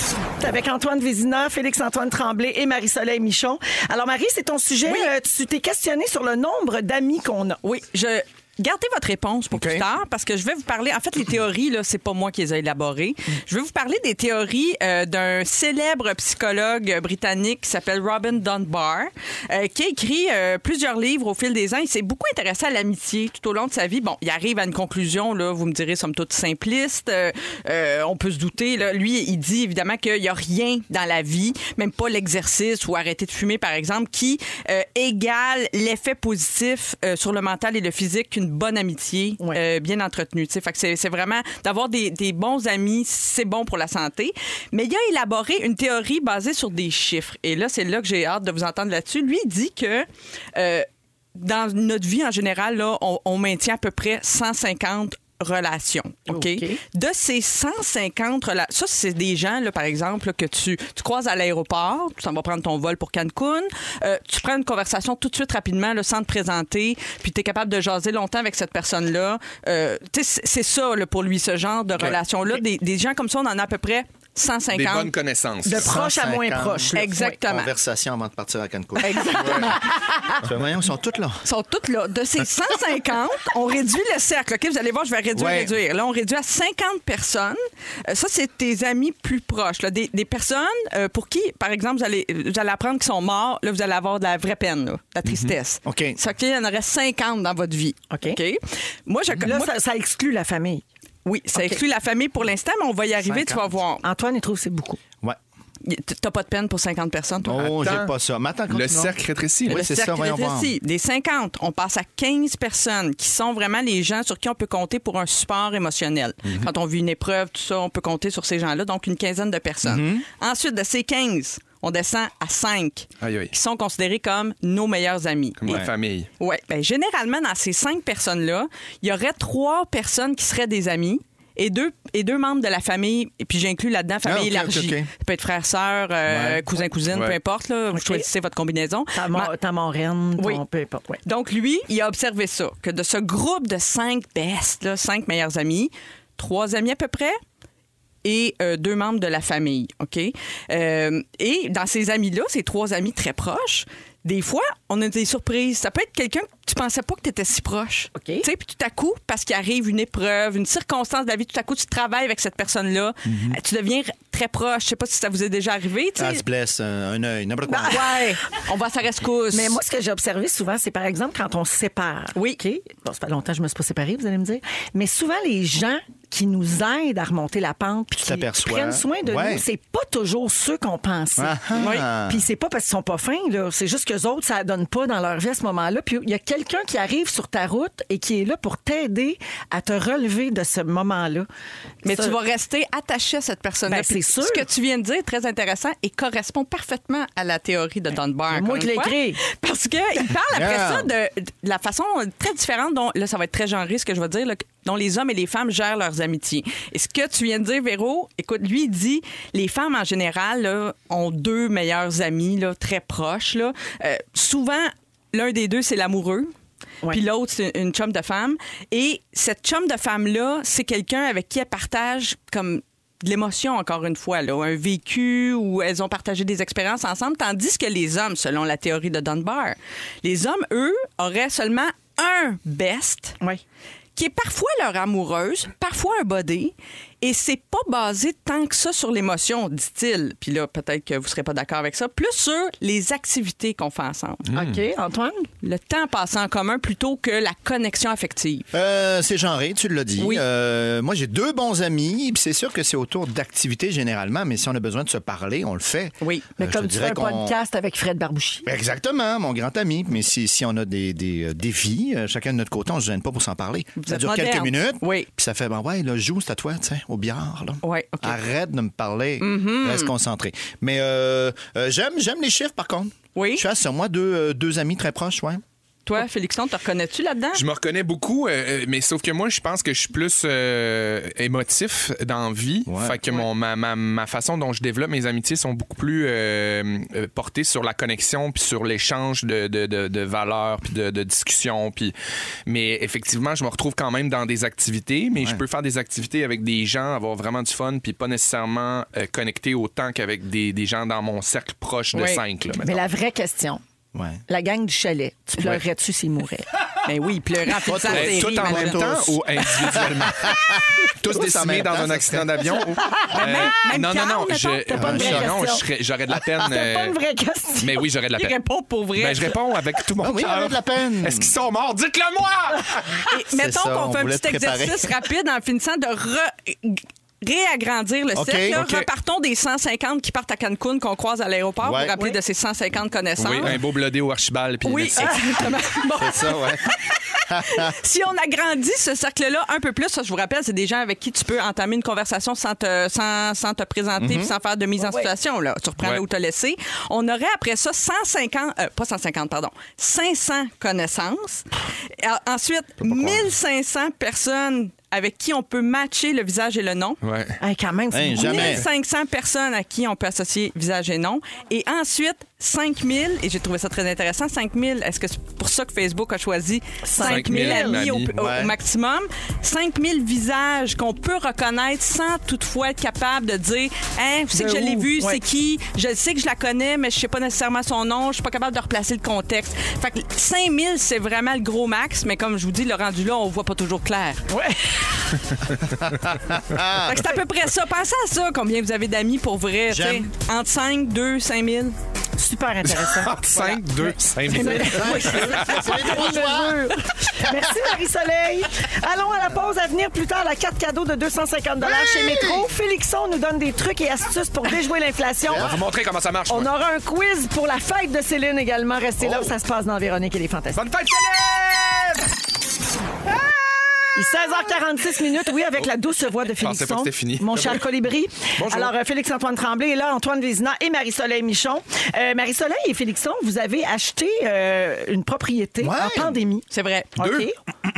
B: Avec Antoine Vézina, Félix-Antoine Tremblay et Marie-Soleil Michon. Alors, Marie, c'est ton sujet. Euh, tu t'es questionnée sur le nombre d'amis qu'on a.
D: Oui, je. Gardez votre réponse pour
E: OK.
D: plus tard parce que je vais vous parler. En fait, les théories, là, c'est pas moi qui les ai élaborées. Je vais vous parler des théories euh, d'un célèbre psychologue britannique qui s'appelle Robin Dunbar, euh, qui a écrit euh, plusieurs livres au fil des ans. Il s'est beaucoup intéressé à l'amitié tout au long de sa vie. Bon, il arrive à une conclusion, là, vous me direz, somme toute simpliste. Euh, euh, on peut se douter, là. Lui, il dit évidemment qu'il n'y a rien dans la vie, même pas l'exercice ou arrêter de fumer, par exemple, qui euh, égale l'effet positif euh, sur le mental et le physique qu'une bonne amitié
B: Ouais.
D: euh, bien entretenue. tu sais. Fait que c'est c'est vraiment d'avoir des, des bons amis, c'est bon pour la santé. Mais il a élaboré une théorie basée sur des chiffres. Et là, c'est là que j'ai hâte de vous entendre là-dessus. Lui il dit que euh, dans notre vie en général, là, on, on maintient à peu près 150 relations. OK?
B: OK.
D: De ces 150 relations, ça, c'est des gens, là, par exemple, là, que tu, tu croises à l'aéroport, tu t'en vas prendre ton vol pour Cancun, euh, tu prends une conversation tout de suite rapidement, là, sans te présenter, puis tu es capable de jaser longtemps avec cette personne-là. Euh, tu sais, c'est c'est ça, là, pour lui, ce genre de relation-là. Des, des gens comme ça, on en a à peu près 150.
C: Des bonnes connaissances.
B: De proche à moins
E: 150.
B: proche. là.
D: Exactement.
E: Conversation avant de partir à Cancun. Ouais. Voyons, ils sont tous là.
D: sont toutes là. De ces 150, on réduit le cercle. OK, vous allez voir, je vais réduire,
E: Ouais.
D: réduire. Là, on réduit à 50 personnes. Euh, ça, c'est tes amis plus proches. là. Des, des personnes euh, pour qui, par exemple, vous allez, vous allez apprendre qu'ils sont morts. Là, vous allez avoir de la vraie peine, là, de la tristesse.
E: Mhm. OK.
D: Ça fait qu'il y en aurait 50 dans votre vie.
B: OK.
D: Moi, je...
B: Là,
D: moi-
B: ça, ça exclut la famille.
D: oui, ça
B: OK.
D: exclut la famille pour l'instant, mais on va y arriver, tu vas
E: 50.
D: voir.
B: Antoine, il trouve que c'est beaucoup.
E: Ouais.
D: Y- T'as pas de peine pour 50 personnes, toi?
E: Oh,
C: Attends.
E: j'ai pas ça. Mais attends,
C: Le
E: continuons.
C: cercle rétrécit.
E: Oui,
D: Le
E: c'est ça,
D: cercle
E: voyons voir.
D: rétrécit. Des 50, on passe à 15 personnes qui sont vraiment les gens sur qui on peut compter pour un support émotionnel.
E: Mhm. Mhm.
D: Quand on vit une épreuve, tout ça, on peut compter sur ces gens-là, donc une quinzaine de personnes. Ensuite, de ces 15, on descend à cinq,
C: Aïe, aïe.
D: qui sont considérés comme nos meilleurs amis.
C: Comme la famille.
D: Oui, ben, généralement, dans ces cinq personnes-là, il y aurait trois personnes qui seraient des amis et deux, et deux membres de la famille, et puis j'inclus là-dedans famille
E: Ah, ok, ok,
D: élargie.
E: ok.
D: Ça peut être frère, sœur, euh, cousin, cousine,
C: Ouais.
D: peu importe, là, vous choisissez votre combinaison.
B: Ta, mon-
D: Ma-
B: ta moraine,
D: Oui.
B: ton peu importe. ouais.
D: Donc, lui, il a observé ça, que de ce groupe de cinq best, là, cinq meilleurs amis, trois amis à peu près et euh, deux membres de la famille, OK? Euh, et dans ces amis-là, ces trois amis très proches, des fois, on a des surprises. Ça peut être quelqu'un que tu pensais pas que tu étais si proche.
B: OK.
D: Tu sais, puis tout à coup, parce qu'il arrive une épreuve, une circonstance de la vie, tout à coup, tu travailles avec cette personne-là,
B: Mm-hmm.
D: euh, tu deviens r- très proche. Je sais pas si ça vous est déjà arrivé,
B: Ah,
D: tu sais.
E: Elle se blesse euh, un œil, n'importe
B: Bah,
E: quoi.
D: Ouais, on va à sa rescousse.
B: Mais moi, ce que j'ai observé souvent, c'est par exemple quand on se sépare.
D: Oui.
B: OK? Bon, ça fait longtemps que je me suis pas séparée, vous allez me dire. Mais souvent, les gens qui nous aident à remonter la pente, puis qui,
E: t'aperçois.
B: qui prennent soin de
E: Ouais.
B: nous, c'est pas toujours ceux qu'on pensait.
E: Ah ah.
B: Puis c'est pas parce qu'ils sont pas fins, là. C'est juste qu'eux autres, ça donne pas dans leur vie à ce moment-là. Puis il y a quelqu'un qui arrive sur ta route et qui est là pour t'aider à te relever de ce moment-là.
D: Mais
B: Ça-
D: tu vas rester attaché à cette personne-là.
B: Ben,
D: Puis
B: c'est sûr.
D: Ce que tu viens de dire est très intéressant et correspond parfaitement à la théorie de Don Barr.
B: c'est Ben, moi
D: encore
B: qui l'ai
D: une fois.
B: écrit.
D: Parce qu'il parle après
E: Yeah.
D: ça de, de la façon très différente dont, là, ça va être très genré ce que je vais dire, là, dont les hommes et les femmes gèrent leurs amitiés. Et ce que tu viens de dire, Véro, écoute, lui, il dit les femmes en général là, ont deux meilleurs amis là, très proches. Là. Euh, souvent, l'un des deux, c'est l'amoureux.
B: Ouais.
D: Puis l'autre, c'est une chum de femme. Et cette chum de femme-là, c'est quelqu'un avec qui elle partage comme de l'émotion, encore une fois, là, un vécu où elles ont partagé des expériences ensemble, tandis que les hommes, selon la théorie de Dunbar, les hommes, eux, auraient seulement un best
B: Oui.
D: qui est parfois leur amoureuse, parfois un body, et c'est pas basé tant que ça sur l'émotion, dit-il. Puis là, peut-être que vous serez pas d'accord avec ça, plus sur les activités qu'on fait ensemble.
E: Hmm.
B: OK, Antoine?
D: Le temps passé en commun plutôt que la connexion affective.
E: Euh, c'est genré, tu l'as dit.
D: Oui.
E: Euh, moi, j'ai deux bons amis, puis c'est sûr que c'est autour d'activités généralement, mais si on a besoin de se parler, on le fait.
D: Oui.
B: Mais
E: Euh, je te
B: comme tu fais
E: dirais
B: un
E: qu'on-
B: podcast avec Fred Barbouchi.
E: Exactement, mon grand ami. Mais si, si on a des, des, euh, défis, euh, chacun de notre côté, on ne se gêne pas pour s'en parler. ça
D: êtes
E: dure
D: moderne.
E: quelques minutes.
D: Oui.
E: Puis ça fait, ben ouais, là, joue, c'est à toi, tiens, au billard. Là.
D: Ouais, OK. Mm-hmm.
E: Arrête de me parler. Reste concentré. Mais euh, euh, j'aime, j'aime les chiffres, par contre.
D: Oui.
E: Je suis à sur moi deux, euh, deux amis très proches, ouais.
D: Toi, Félixon, te reconnais-tu là-dedans?
C: Je me reconnais beaucoup, euh, euh, mais sauf que moi, je pense que je suis plus euh, émotif dans vie.
E: Ouais.
C: Fait que mon, ma, ma, ma façon dont je développe mes amitiés sont beaucoup plus euh, euh, portées sur la connexion, puis sur l'échange de, de, de, de valeurs, puis de, de discussions. Puis... Mais effectivement, je me retrouve quand même dans des activités, mais je peux faire des activités avec des gens, avoir vraiment du fun, puis pas nécessairement euh, connecté autant qu'avec des, des gens dans mon cercle proche de
D: Oui.
C: 5.
B: Mais la vraie question,
E: Ouais.
B: la gang du chalet, tu pleurerais-tu s'ils mouraient?
D: Ben oui, pleurant, puis ça
E: Pas
C: Euh, tout en même
E: tous.
C: temps ou individuellement? tous
E: Tous en
C: décimés
E: même
C: dans
E: temps,
C: un
E: ça
C: accident
E: serait-
C: d'avion? ou- Euh,
D: même
C: non, non,
D: calme,
C: non,
D: mettons,
C: je-
D: t'as
B: pas une vraie
C: je- non,
B: question.
C: je serais- j'aurais de la peine.
B: C'est pas
C: euh,
B: une vraie question.
C: Mais oui, j'aurais de la
D: Il
C: peine.
D: répond pour vrai.
C: Ben, je réponds avec tout mon
E: Ah oui,
C: cœur.
E: j'aurais de la peine.
C: Est-ce qu'ils sont morts? Dites-le moi!
D: Et mettons
E: ça,
D: qu'on
E: on
D: fait un
E: voulait
D: petit
E: te préparer.
D: exercice rapide en finissant de re- réagrandir le
E: OK,
D: cercle. là.
E: OK.
D: Repartons des 150 qui partent à Cancun qu'on croise à l'aéroport
E: Ouais.
D: pour rappeler
E: Oui.
D: de ces 150 connaissances.
C: oui, hein. un beau blodé au archibald. Puis
D: Oui, ah!
C: merci.
D: exactement. Bon,
E: C'est ça, ouais.
D: si on agrandit ce cercle-là un peu plus, ça, je vous rappelle, c'est des gens avec qui tu peux entamer une conversation sans te, sans, sans te présenter puis sans faire de mise en situation. Là. Tu reprends
C: Ouais.
D: là où tu as laissé. On aurait après ça 150, euh, pas 150, pardon, 500 connaissances. Et en- ensuite, 1500 personnes avec qui on peut matcher le visage et le nom.
C: Ouais.
B: Hey, quand même, c'est
E: Hey,
B: beaucoup.
E: jamais.
D: 1500 personnes à qui on peut associer visage et nom. Et ensuite, 5000, et j'ai trouvé ça très intéressant, 5000, est-ce que c'est pour ça que Facebook a choisi 5000
C: 5000
D: amis au,
C: amis,
D: au- au
E: ouais.
D: maximum? 5000 visages qu'on peut reconnaître sans toutefois être capable de dire, hein, je sais que
B: De
D: je l'ai
B: où?
D: vu,
B: Ouais.
D: c'est qui, je le sais que je la connais, mais je sais pas nécessairement son nom, je suis pas capable de replacer le contexte. Fait que 5000, c'est vraiment le gros max, mais comme je vous dis, le rendu là, on voit pas toujours clair. Fait que c'est à peu près ça. Pensez à ça, combien vous avez d'amis pour vrai. tu sais.
E: J'aime.
D: Entre 5, 2, 5 000.
B: super intéressant.
C: 5, 2, 5
B: Merci Marie-Soleil. Allons à la pause à venir plus tard la carte cadeau de 250 chez Métro. Félixon nous donne des trucs et astuces pour déjouer l'inflation.
C: On va vous montrer comment ça marche.
B: On
C: moi.
B: aura un quiz pour la fête de Céline également. Restez là où ça se passe dans Véronique et les Fantastiques.
C: Bonne fête, Céleste!
B: Il est 16h46 minutes, oui, avec la douce voix de
C: pensais
B: Félixon.
C: pas que c'était fini.
B: Mon cher Colibri.
C: Bonjour.
B: Alors, euh, Félix-Antoine Tremblay est là, Antoine Vézina et Marie-Soleil Michon. Euh, Marie-Soleil et Félixon, vous avez acheté euh, une propriété
E: Ouais.
B: en pandémie.
D: C'est vrai.
C: Deux.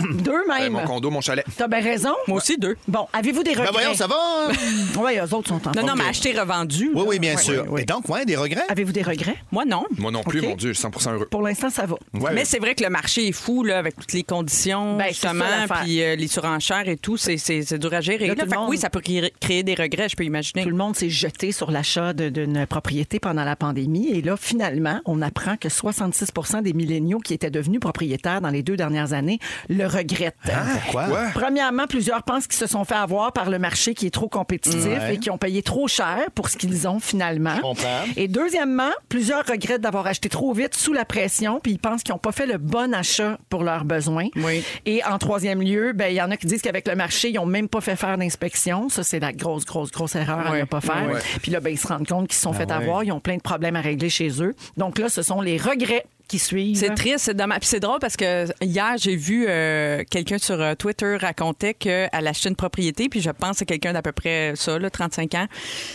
B: OK. Deux
C: Euh,
B: même.
C: mon condo, mon chalet.
B: T'as bien raison.
D: Moi aussi, deux.
B: Bon, avez-vous des regrets?
E: Ben voyons, ça va. hein?
B: Oui, eux autres sont en
D: Non, non,
E: Ok.
D: mais acheter revendu.
E: Oui,
D: là.
E: oui, bien
D: Ouais.
E: sûr. Et donc, ouais, des regrets?
B: Avez-vous des regrets?
D: Moi, non.
C: Moi non plus,
B: Ok.
C: mon Dieu, je suis 100 heureux.
B: Pour l'instant, ça va.
C: Ouais.
D: Mais c'est vrai que le marché est fou là, avec toutes les conditions,
B: Ben, c'est ça,
D: justement,
B: l'affaire.
D: puis euh, les surenchères et tout, c'est, c'est, c'est dur à gérer.
B: Là,
D: Là,
B: tout le
D: fait que
B: monde-
D: oui, ça peut cré- créer des regrets, je peux imaginer.
B: Tout le monde s'est jeté sur l'achat de- d'une propriété pendant la pandémie. Et là, finalement, on apprend que 66 des milléniaux qui étaient devenus propriétaires dans les deux dernières années le regrettent.
E: Ah,
B: Euh,
E: Pourquoi?
C: Ouais.
B: Premièrement, plusieurs pensent qu'ils se sont fait avoir par le marché qui est trop compétitif
E: Ouais.
B: et qui ont payé trop cher pour ce qu'ils ont finalement.
E: comprends.
B: Et deuxièmement, plusieurs regrettent d'avoir acheté trop vite sous la pression, puis ils pensent qu'ils n'ont pas fait le bon achat pour leurs besoins.
D: Oui.
B: Et en troisième lieu, ben, il y en a qui disent qu'avec le marché, ils n'ont même pas fait faire d'inspection. Ça, c'est la grosse, grosse, grosse erreur à
D: Ouais.
B: ne pas faire.
C: Ouais.
B: Puis là, ben, ils se rendent compte qu'ils se sont
E: Ah
B: fait avoir, ils ont plein de problèmes à régler chez eux. Donc là, ce sont les regrets qui suivent.
D: C'est triste, c'est dommage. Puis c'est drôle parce que hier, j'ai vu euh, quelqu'un sur euh, Twitter racontait qu'elle achetait une propriété, puis je pense que c'est quelqu'un d'à peu près ça, là, 35 ans.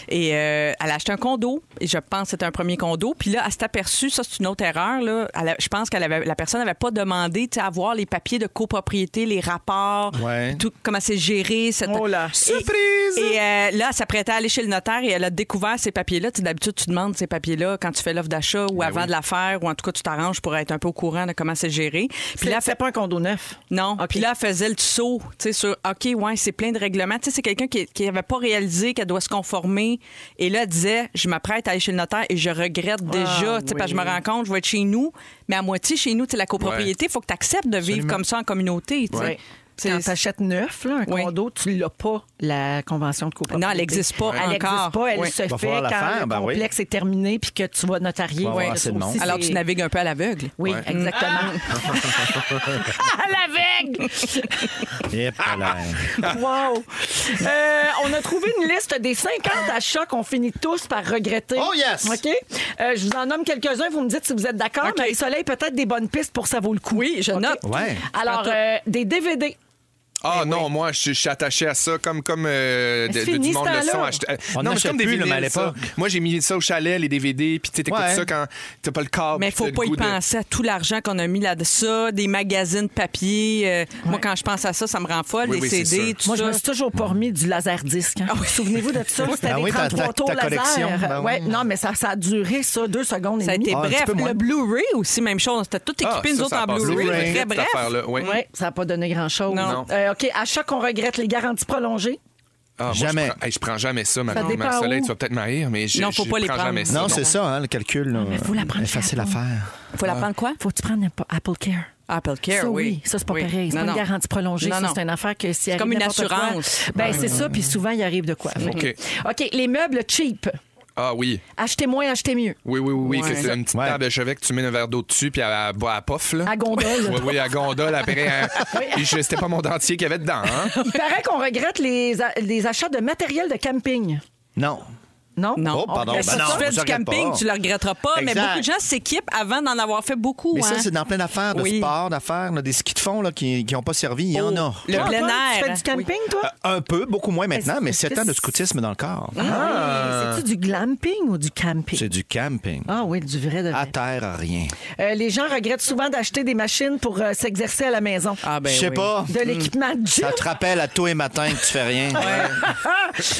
D: Et euh, elle a acheté un condo, et je pense que c'était un premier condo. Puis là, elle s'est aperçue, ça c'est une autre erreur, là. Elle a- je pense que la personne n'avait pas demandé tu sais, à voir les papiers de copropriété, les rapports,
E: Ouais.
D: puis tout, comment c'est géré. Cette...
B: Oh là.
D: Et- Et, euh, là, elle s'apprêtait à aller chez le notaire et elle a découvert ces papiers-là. Tu sais, D'habitude, tu demandes ces papiers-là quand tu fais l'offre d'achat
B: Ben
D: ou avant de la faire, ou en tout cas, tu t'arranges pour être un peu au courant de comment c'est géré. Puis là, elle
B: c'est
D: fait...
B: pas un condo neuf.
D: Non.
B: OK.
D: Puis là, elle faisait le saut, tu sais, sur OK, ouais, c'est plein de règlements. Tu sais, c'est quelqu'un qui qui avait pas réalisé qu'elle doit se conformer. Et là, elle disait Je m'apprête à aller chez le notaire et je regrette déjà. Tu sais, parce que je me
B: Ah oui.
D: rends compte, je vais être chez nous, mais à moitié chez nous, tu sais, la copropriété, il faut que tu acceptes de vivre comme ça en communauté. tu sais.
B: Ouais.
D: C'est-
B: Quand t'achètes neuf, là, un
D: Oui.
B: condo, tu l'as pas, la convention de copropriété.
D: Non, elle existe pas
B: Elle n'existe
D: encore.
B: pas, elle
D: Oui.
B: se
E: Va
B: fait
E: falloir
B: quand
E: la
B: le
E: faire, ben oui.
B: complexe est terminé puis que tu vas notarier.
E: Ouais, ouais, c'est le monde.
B: Ça aussi,
D: Alors, tu
B: c'est-
D: navigues un peu à l'aveugle. Ah.
B: Oui, exactement. à l'aveugle!
E: Yep, voilà.
B: Wow! Euh, on a trouvé une liste des 50 achats qu'on finit tous par regretter.
E: Oh yes!
B: OK? Euh, je vous en nomme quelques-uns. Vous me dites si vous êtes d'accord.
D: OK.
B: Marie-Soleil, peut-être des bonnes pistes pour ça vaut le coup. Oui,
D: je note.
E: Ouais.
B: Alors, euh, des DVD.
C: Ah non, moi, je suis- je suis attaché à ça comme, comme euh, de-
B: Mais
C: de-
B: fini,
C: du monde
B: ce
C: le son.
B: temps-là.
C: acheté- euh,
E: On
C: non, mais c'est
E: n'achète
C: comme des
E: plus, là,
C: vinyles,
E: mais à
C: ça.
E: l'époque.
C: Moi, j'ai mis ça au chalet, les DVD, puis tu t'écoutes
E: Ouais.
C: ça quand t'as pas le
E: Ah,
C: câble.
D: Mais
C: puis
D: faut
C: t'as le
D: pas y
C: goût de-
D: penser à tout l'argent qu'on a mis là-dedans, ça, des magazines papier. euh, Moi, quand je pense à ça, ça me rend folle.
C: Oui,
D: les
C: oui, c'est
D: CD,
C: sûr.
D: tout
B: Moi,
D: ça.
B: je me suis toujours pas remis du laser disque. hein. Souvenez-vous de ça? C'était
E: Ben
B: des
E: oui, ta-
B: 33
E: ta-
B: tours
E: ta collection,
B: laser.
E: ben
B: ouais,
E: oui.
B: Non, mais ça, ça a duré, ça, deux secondes et
D: Ça a
B: demie.
D: été
E: Ah, un petit
D: bref.
E: peu moins.
D: Le Blu-ray aussi, même chose. C'était tout équipé,
C: Ah,
D: nous
C: ça,
D: autres,
C: ça
D: en
C: passe
D: Blueray.
C: vite,
D: Très
C: cette
D: bref.
C: affaire-là, oui.
B: Ouais, ça n'a pas donné grand-chose.
D: Non.
B: Euh, OK, achat qu'on regrette, les garanties prolongées.
C: Ah, moi,
E: Jamais.
C: Je prends, hey, je prends jamais ça, ma
B: dépend
C: ma soleil,
B: où.
C: tu vas peut-être m'haïr, mais je
D: Non, faut
C: je
D: pas les
C: prends
D: prendre.
C: jamais ça.
E: Non, c'est ça, hein, le calcul. là.
B: faut la prendre
E: C'est facile à
B: chez Apple.
E: faire.
D: Faut la prendre quoi?
B: Faut-tu prendre un- Apple Care?
D: Ah. Apple Care,
B: ça,
D: oui.
B: Ça, c'est pas
D: Oui.
B: pareil. C'est
D: Non,
B: pas une
D: non.
B: garantie prolongée.
D: Non,
B: ça,
D: non.
B: c'est une affaire que si
D: comme une assurance. Mm-hmm.
B: Ben, c'est ça, puis souvent, il arrive de quoi.
C: OK.
B: OK, les meubles cheap.
C: Ah oui.
B: Achetez moins, achetez mieux.
C: Oui, oui, oui, oui,
D: Ouais.
C: que c'est une petite
E: Ouais.
C: table de chevet que tu mets un verre d'eau dessus, puis à, à, à pof, là.
B: À gondole.
C: Oui, oui, à gondole, après. hein. Puis je- C'était pas mon dentier qu'il y avait dedans, hein?
B: Il paraît qu'on regrette les, a- les achats de matériel de camping.
E: Non.
B: Non?
D: Non.
E: Oh, pardon.
D: Mais si
E: Ben non,
D: tu fais
E: moi,
D: du
E: je regrette
D: camping,
E: pas.
D: tu le regretteras pas. Mais
E: Exact.
D: beaucoup de gens s'équipent avant d'en avoir fait beaucoup.
E: Mais
D: hein.
E: ça, c'est dans plein d'affaires, de
D: Oui.
E: sport, d'affaires, là, des skis de fond là, qui n'ont pas servi. Il y en a.
D: Le
B: Ah, Toi,
D: plein
B: Antoine,
D: air.
B: Tu fais du camping, toi?
E: Euh, Un peu, beaucoup moins maintenant,
B: Est-ce
E: mais
B: que
E: c'est
B: c'est-
E: ans de scoutisme dans le corps.
B: Ah oui. C'est-tu du glamping ou du camping?
E: C'est du camping.
B: Ah oui, du vrai de vrai.
E: À terre, à rien.
D: Ah.
B: Euh, les gens regrettent souvent d'acheter des machines pour euh, s'exercer à la maison.
D: Ah, ben
E: Je sais
D: oui.
E: pas.
B: De l'équipement de gym.
E: Ça te rappelle à tous les matins que tu fais rien.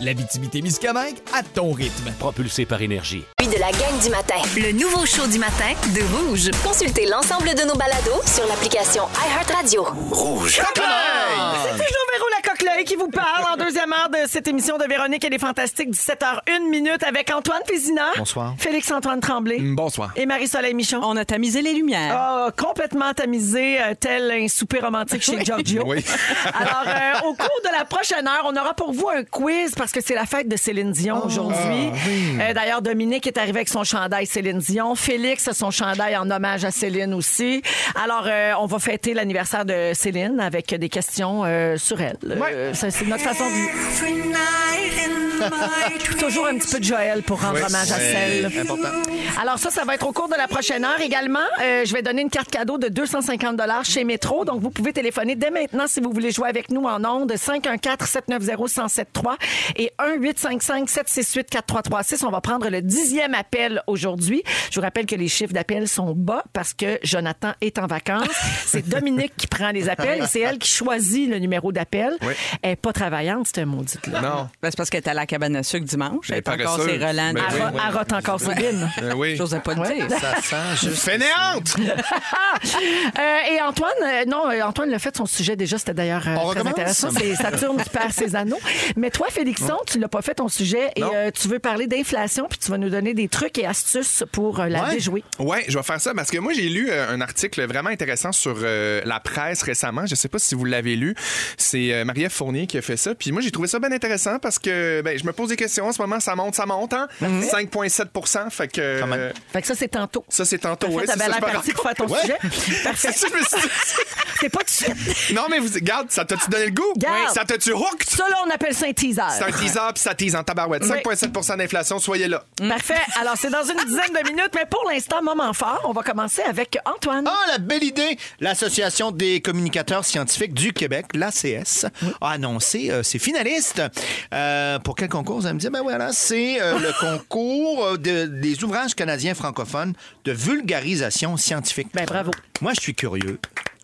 A: L'Abitibi-Témiscamingue à ton rythme.
G: Propulsé par énergie.
H: de la gang du matin. Le nouveau show du matin de Rouge. Consultez l'ensemble de nos balados sur l'application iHeartRadio.
B: C'est toujours Véro la Coqueleuille qui vous parle en deuxième heure de cette émission de Véronique et les Fantastiques, 17h01 minute avec Antoine Vézina.
E: Bonsoir.
B: Félix-Antoine Tremblay.
C: Bonsoir.
B: Et Marie-Soleil Michon.
D: On a tamisé les lumières.
B: Ah, complètement tamisé, euh, tel un souper romantique chez Giorgio.
C: Oui.
B: Alors, euh, au cours de la prochaine heure, on aura pour vous un quiz parce que c'est la fête de Céline Dion aujourd'hui. Euh, D'ailleurs, Dominique est arrivé avec son chandail Céline Dion. Félix a son chandail en hommage à Céline aussi. Alors, euh, on va fêter l'anniversaire de Céline avec des questions euh, sur elle. Euh, ça, c'est notre façon de... Toujours un petit peu de Joël pour rendre hommage à celle.
E: important.
B: Alors ça, ça va être au cours de la prochaine heure. Également, euh, je vais donner une carte cadeau de 250 chez Métro. Donc, vous pouvez téléphoner dès maintenant si vous voulez jouer avec nous en ondes. 514-790-1073 et 1-855-768-4336. On va prendre le dixième appel aujourd'hui. Je vous rappelle que les chiffres d'appel sont bas parce que Jonathan est en vacances. C'est Dominique qui prend les appels et c'est elle qui choisit le numéro d'appel.
C: Oui.
B: Elle n'est pas travaillante, c'est un maudit-là.
C: Non.
D: Ben, c'est parce qu'elle est allée à la cabane à sucre dimanche.
C: Ben,
D: Elle est encore
C: paresseuse.
D: ses relents.
C: Ben
B: Elle,
C: oui,
B: ro- elle rote encore ses bines.
C: Ben oui.
D: J'osais pas le dire.
E: Ça sent juste...
C: Fainéante!
B: Euh, et Antoine, euh, non, euh, Antoine l'a fait son sujet déjà, c'était d'ailleurs euh,
E: On
B: très
E: recommence?
B: intéressant. C'est Saturne qui perd ses anneaux. Mais toi, Félixon, tu l'as pas fait ton sujet et
C: Non.
B: euh, tu veux parler d'inflation puis tu vas nous donner des trucs et astuces pour euh, la
E: Ouais.
B: déjouer.
C: Oui, je vais faire ça parce que moi, j'ai lu euh, un article vraiment intéressant sur euh, la presse récemment. Je sais pas si vous l'avez lu. C'est euh, Marie-Ève Fournier qui a fait ça. Puis moi, j'ai trouvé ça bien intéressant parce que ben, je me pose des questions. En ce moment, ça monte, ça monte. Hein? 5,7 Fait que.
E: Quand même.
C: euh,
B: Fait que ça, c'est tantôt.
C: ça, c'est tantôt.
B: Parfait,
C: ouais,
B: t'as
C: c'est
B: bien
C: ça,
B: l'air
C: je me
B: parti
C: rends
B: pour faire ton
C: compte.
B: sujet.
C: Ouais.
B: Parfait.
C: C'est ça, je me suis dit.
B: C'est pas tout de suite.
C: Non, mais vous, regarde, ça t'a-tu donné le goût?
B: Garde.
C: Ça t'a-tu hooked?
B: Ça, là, on appelle ça un teaser.
C: C'est un teaser, puis ça tease en tabarouette.
B: Oui.
C: 5,7 d'inflation, soyez là.
B: Parfait. Alors, c'est dans une dizaine de minutes, mais pour l'instant, moment fort, on va commencer avec Antoine.
E: Ah, la belle idée! L'Association des communicateurs scientifiques du Québec, l'ACS, a annoncé euh, ses finalistes. Euh, pour quel concours, vous allez me dire? Ben voilà, c'est euh, le concours euh, de- des ouvrages canadiens francophones de vulgarisation scientifique.
B: Ben, bravo.
E: Moi, je suis curieux,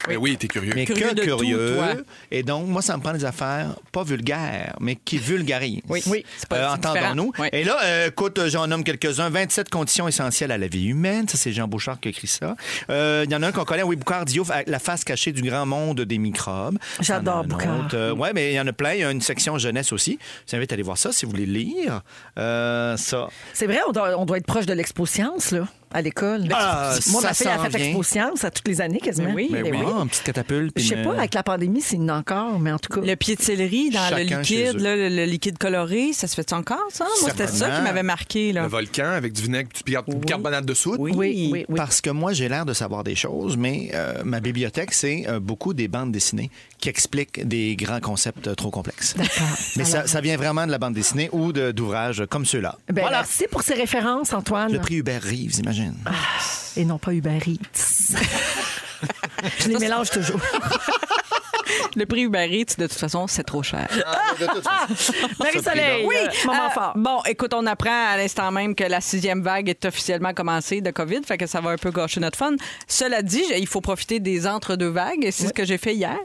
C: Mais oui, t'es curieux.
E: mais
D: Curieux
E: que
D: de tout,
E: curieux.
D: toi.
E: Et donc, moi, ça me prend des affaires pas vulgaires, mais qui vulgarisent.
D: Oui. Oui, c'est pas-
E: Euh,
D: c'est différent.
E: Entendons-nous.
D: Oui.
E: Et là, euh, écoute, euh, j'en nomme quelques-uns. 27 conditions essentielles à la vie humaine. Ça, c'est Jean Bouchard qui a écrit ça. Euh, Il y en a un qu'on connaît, oui, Boucard Diouf, à La face cachée du grand monde des microbes.
B: J'adore Boucard.
E: oui, euh, mais il y en a plein. Il y a une section jeunesse aussi. Je vous invite à aller voir ça si vous voulez lire. Euh, ça.
B: C'est vrai, on doit, on doit être proche de l'expo-science, là. à l'école.
E: Ah,
B: Moi,
E: ça
B: ma fille a
E: s'en
B: fait
E: vient.
B: Expo Science à toutes les années quasiment. Ben
D: Mais oui,
C: Mais
D: mais
C: oui.
D: oui.
E: Ah, une petite catapulte.
B: Je
E: puis
B: sais
E: une- euh,
B: pas, avec la pandémie, s'il y en a encore, mais en tout cas.
D: Le pied de céleri dans
E: Chacun
D: le
E: chez
D: liquide,
E: eux.
D: là, le, le liquide coloré, ça se fait encore, ça? Moi, c'était ça
E: Certainement.
D: qui m'avait marqué. Là.
C: Le volcan avec du vinaigre, du pi-
D: Oui.
C: bicarbonate de soude.
D: Oui.
B: Ah. Oui, oui, oui.
E: Parce que moi, j'ai l'air de savoir des choses, mais euh, ma bibliothèque, c'est euh, beaucoup des bandes dessinées qui expliquent des grands concepts euh, trop complexes. Mais ça, ça vient vraiment de la bande dessinée ou de- d'ouvrages comme ceux-là.
B: Ben,
E: voilà.
B: Merci pour ces références, Antoine.
E: Le prix Hubert Reeves, imagine.
B: Et non pas Uber Eats. Je les mélange toujours.
D: Le prix Uber Eats, de toute façon, c'est trop cher.
B: Marie-Soleil,
D: Oui,
B: euh, moment
D: euh,
B: fort.
D: Bon, écoute, on apprend à l'instant même que la sixième vague est officiellement commencée de COVID, fait que ça va un peu gâcher notre fun. Cela dit, j'ai- il faut profiter des entre-deux vagues. et C'est ce que j'ai fait hier.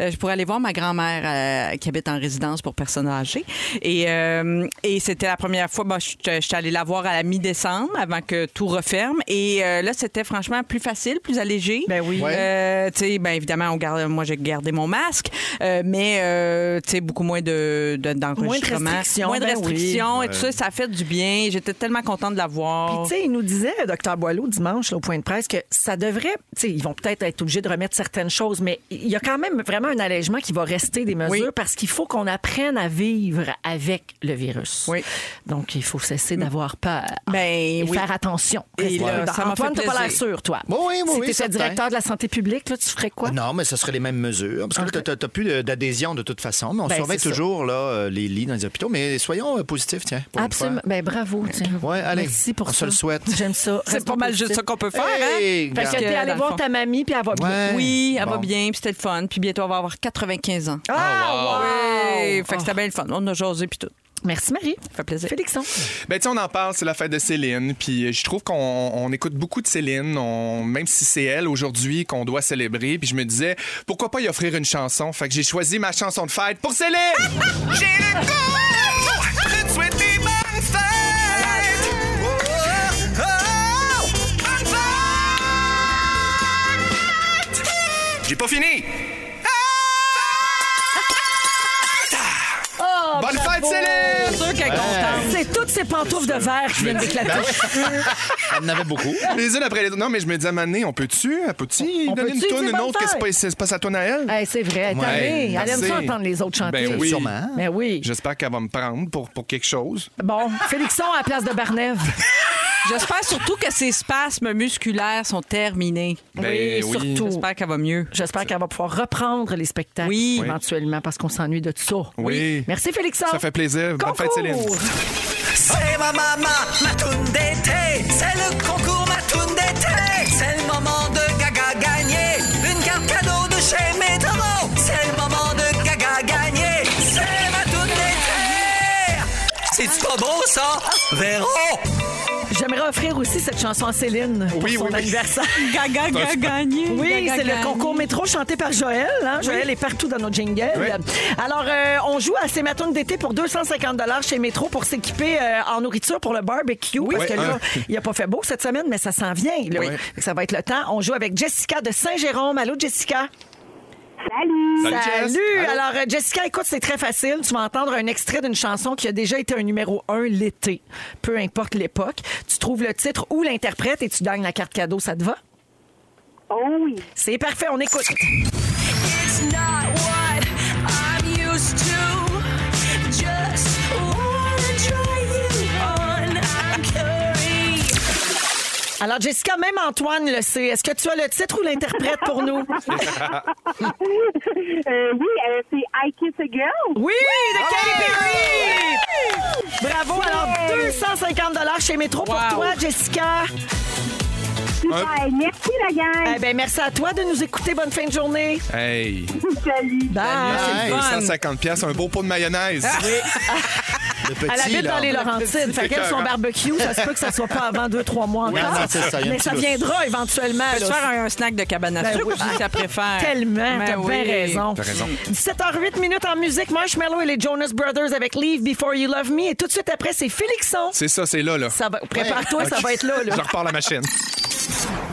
D: Euh, je pourrais aller voir ma grand-mère euh, qui habite en résidence pour personnes âgées. Et, euh, et c'était la première fois. Bon, je je suis allée la voir à la mi-décembre avant que tout referme. Et euh, là, c'était franchement plus facile, plus allégé.
B: Ben oui.
E: Ouais.
D: Euh, tu sais, ben évidemment, on garde, moi j'ai gardé mon masque, euh, mais euh, tu sais beaucoup moins de de- d'enregistrements,
B: Moins de restrictions,
D: moins de
B: ben
D: restrictions
E: oui.
D: et tout ça, ça a fait du bien. J'étais tellement contente de la
B: Puis,
D: voir.
B: tu sais, il nous disait, Dr. Boileau, dimanche, là, au point de presse, que ça devrait. Tu sais, ils vont peut-être être obligés de remettre certaines choses, mais il y a quand même vraiment un allègement qui va rester des mesures
D: Oui.
B: parce qu'il faut qu'on apprenne à vivre avec le virus.
D: Oui.
B: Donc, il faut cesser d'avoir peur.
D: Ben,
B: et
D: oui.
B: faire attention.
D: Et là,
B: Reste prudent.
D: ça m'a fait
B: Antoine, t'as pas l'air
D: plaisir.
B: sûr, toi.
E: Oui, oui, oui,
B: Si
E: oui,
B: t'étais
E: certain. Ah
B: directeur de la santé publique, là, tu ferais quoi?
E: Non, mais ce serait les mêmes mesures. Parce que là, tu n'as plus d'adhésion de toute façon. Mais on
B: Ben,
E: surveille
B: c'est ça.
E: toujours là, euh, les lits dans les hôpitaux. Mais soyons euh, positifs, tiens. pour une
B: Absolument.
E: fois.
B: Ben, bravo. tiens.
E: Ouais, allez,
B: Merci pour
E: on
B: ça.
E: se le souhaite.
B: J'aime ça.
D: C'est
B: Restons
D: pas mal
B: positifs.
D: juste ça qu'on peut faire. hein?
E: Hey,
B: Parce que
E: regarde.
B: t'es allé
D: dans le
B: voir
D: fond.
B: ta mamie, puis elle va bien.
E: Ouais.
D: Oui, elle va
E: Bon.
D: bien, puis c'était le fun. Puis bientôt, on va avoir 95 ans.
E: Oh!
B: Ah, wow.
D: Ouais, fait que c'était bien le fun. On a jasé, puis tout.
B: Merci, Marie.
D: Ça fait plaisir.
B: Félixon.
C: Ben, tu sais, on en parle, c'est la fête de Céline. Puis euh, je trouve qu'on on écoute beaucoup de Céline, on- même si c'est elle aujourd'hui qu'on doit célébrer. Puis je me disais, pourquoi pas y offrir une chanson? Fait que j'ai choisi ma chanson de fête pour Céline! j'ai le goût de te souhaiter bonne fête! Oh, oh, oh, bonne fête! J'ai pas fini!
B: Oh,
C: Bonne
B: bravo.
C: fête, Céline!
D: C'est sûr qu'elle est contente.
B: C'est toutes ces pantoufles de verre qui viennent d'éclater.
E: Ben Elle en avait beaucoup.
C: Les unes après les autres. Non, mais je me dis à Mané, on peut-tu, euh, peut-tu
B: On
C: donner une
B: peut-tu
C: toune,
B: dire
C: une
B: bonne
C: autre que c'est
B: fête?
C: pas, c'est pas sa toune à elle?
B: Hey, c'est vrai, elle est
E: Ouais,
B: allée. Elle aime
C: merci.
B: ça entendre les autres chanter.
C: Ben oui.
E: Sûrement.
B: Mais oui.
C: J'espère qu'elle va me prendre pour, pour quelque chose.
B: Bon, Félixon à la place de Barnève.
D: J'espère surtout que ses spasmes musculaires sont terminés.
C: Ben oui.
B: surtout.
D: J'espère qu'elle va mieux.
B: J'espère qu'elle va pouvoir reprendre les spectacles
D: Oui.
B: éventuellement parce qu'on s'ennuie de ça.
C: Oui.
B: Merci, Félixon.
C: Ça fait plaisir. Bonne fête, Céline.
B: Concours.
F: C'est ma maman, ma toune d'été. C'est le concours, ma toune d'été. C'est le moment de gaga gagner. Une carte cadeau de chez Métro. C'est le moment de gaga gagner. C'est ma toune d'été. C'est-tu pas beau, ça? hein? Véro!
B: J'aimerais offrir aussi cette chanson à Céline pour
C: Oui,
B: son
C: oui, oui.
B: anniversaire.
D: Gaga, gaga, gagné.
B: Oui,
D: Gaga,
B: c'est
D: gagné.
B: le concours métro chanté par Joël. hein. Joël est partout dans nos jingles. Alors, euh, on joue à ces matons d'été pour 250 chez Métro pour s'équiper euh, en nourriture pour le barbecue. Parce que
C: Ouais,
B: là,
C: hein.
B: il n'a pas fait beau cette semaine, mais ça s'en vient. là. Fait que Ça va être le temps. On joue avec Jessica de Saint-Jérôme. Allô, Jessica?
C: Salut, Jess.
B: Alors, euh, Jessica, écoute, c'est très facile. Tu vas entendre un extrait d'une chanson qui a déjà été un numéro un l'été, peu importe l'époque. Tu trouves le titre ou l'interprète et tu gagnes la carte cadeau. Ça te va? Oh oui. C'est parfait, on écoute.
F: It's not what I'm used to. Just wanna try you on. I'm curious.
B: Alors, Jessica, même Antoine le sait. Est-ce que tu as le titre ou l'interprète pour nous?
G: Euh, oui, euh, c'est I Kiss a Girl.
B: Oui,
C: Ah!
B: de Katy Perry! Bravo! Alors, 250 chez Métro pour
D: Wow.
B: toi, Jessica.
G: Super. Merci, la gang.
B: Eh ben, merci à toi de nous écouter. Bonne fin de journée.
C: Hey,
G: Salut.
B: Bye!
E: Ah, Hey,
D: fun.
C: 150 pièces, un beau pot de mayonnaise.
E: le
B: Elle
E: petit,
B: habite
E: là.
B: dans les Laurentides. Fait qu'elle, son
C: écœurant.
B: barbecue, ça se peut que ça soit pas avant 2-3 mois
E: Oui, non,
B: encore.
E: c'est ça, il y a un
B: mais
E: petit
B: ça
E: lousse.
B: viendra éventuellement.
D: Peux-tu
B: là.
D: Ben, faire un, un snack de cabane à
B: Ben
D: sucre
B: oui.
D: si ça préfère?
B: Tellement,
D: Ben
B: t'as
D: oui.
B: bien raison.
C: T'as raison.
B: 17h08 minutes en musique, Marshmallow et les Jonas Brothers avec Leave Before You Love Me. Et tout de suite après, c'est Félixon.
C: C'est ça, c'est là, là.
B: Ça va, prépare-toi, ça va être là. là.
C: Je repars la machine.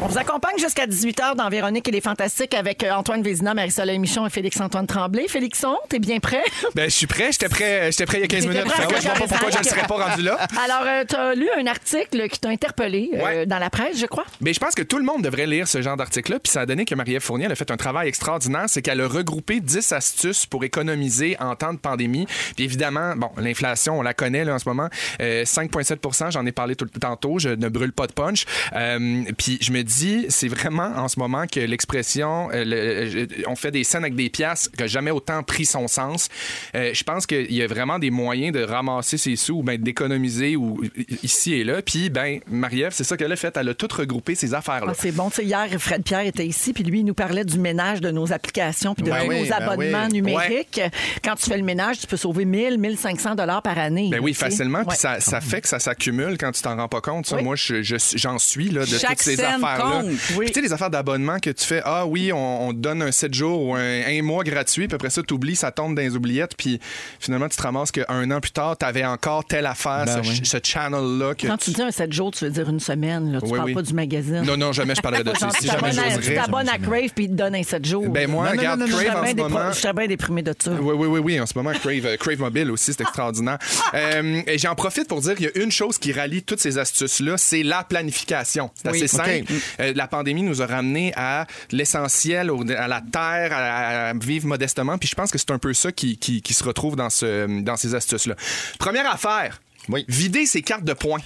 B: On vous accompagne jusqu'à 18h dans Véronique et les Fantastiques avec euh, Antoine Vézina, Marie-Soleil Michon et Félix-Antoine Tremblay. Félixon, t'es bien prêt?
C: Ben, je suis prêt. J'étais prêt, j'étais prêt il y a 15 minutes.
B: prêt à
C: Fait que je vois pas pourquoi je ne
B: Ok.
C: serais pas rendu là.
B: Alors, tu as lu un article qui t'a interpellé euh,
C: Ouais.
B: dans la presse, je crois.
C: Mais je pense que tout le monde devrait lire ce genre d'article-là. Puis ça a donné que Marie-Ève Fournier elle a fait un travail extraordinaire. C'est qu'elle a regroupé 10 astuces pour économiser en temps de pandémie. Puis évidemment, bon, l'inflation, on la connaît là, en ce moment. Euh, 5,7 j'en ai parlé tout, tantôt. Je ne brûle pas de punch. Euh, puis je me dis, c'est vraiment en ce moment que l'expression, euh, le- euh, on fait des scènes avec des pièces que jamais autant pris son sens. Euh, je pense qu'il y a vraiment des moyens de ramasser ses sous ou ben, d'économiser ou ici et là. Puis ben Marie-Ève, c'est ça qu'elle a fait. Elle a tout regroupé ces affaires là.
B: Ah, c'est bon. Tu sais, hier, Fred Pierre était ici, puis lui, il nous parlait du ménage de nos applications, puis de
E: Ben
B: tous
E: oui,
B: nos
E: ben
B: abonnements
E: oui.
B: numériques. Quand tu fais le ménage, tu peux sauver 1000, 1500 dollars par année.
C: Ben oui,
B: tu sais.
C: facilement. Puis
B: Ouais.
C: ça, ça fait que ça s'accumule quand tu t'en rends pas compte. Ça, Moi, je- je- j'en suis là, de
D: Chaque
C: toutes ces
D: scène
C: affaires-là.
D: compte.
C: Puis Tu sais, les affaires d'abonnement que tu fais, ah oui, on, on te donne un 7 jours ou un, un mois gratuit, puis après ça, tu oublies, ça tombe dans les oubliettes, puis finalement, tu te ramasses qu'un an plus tard, tu avais encore telle affaire,
E: Ben
C: ce,
E: oui.
C: ce channel-là. que
B: Quand tu dis un 7 jours, tu veux dire une semaine. Là. Tu
C: Oui,
B: parles
C: oui.
B: pas du magazine.
C: Non, non, jamais je parlerai de ça.
B: Genre, tu
C: Si jamais
B: t'abonnes à- tu
C: j'oserais.
B: t'abonnes à Crave, puis il te donne un 7 jours.
C: Ben moi,
E: Non, non,
C: regarde,
E: non, non, non,
C: Crave
B: je
C: en
B: serais
C: ce
B: bien dépro-
C: moment. Ah,
B: je serais bien déprimée de ça.
C: Oui, oui, oui, oui, en ce moment, Crave, euh, Crave Mobile aussi, c'est extraordinaire. Euh, et j'en profite pour dire qu'il y a une chose qui rallie toutes ces astuces-là, c'est la planification. C'est assez simple.
D: Mm.
C: Euh, la pandémie nous a ramené à l'essentiel, au- à la terre, à, à vivre modestement. Puis je pense que c'est un peu ça qui, qui- qui se retrouve dans, ce, dans ces astuces-là. Première affaire,
E: Oui.
C: vider ses cartes de points.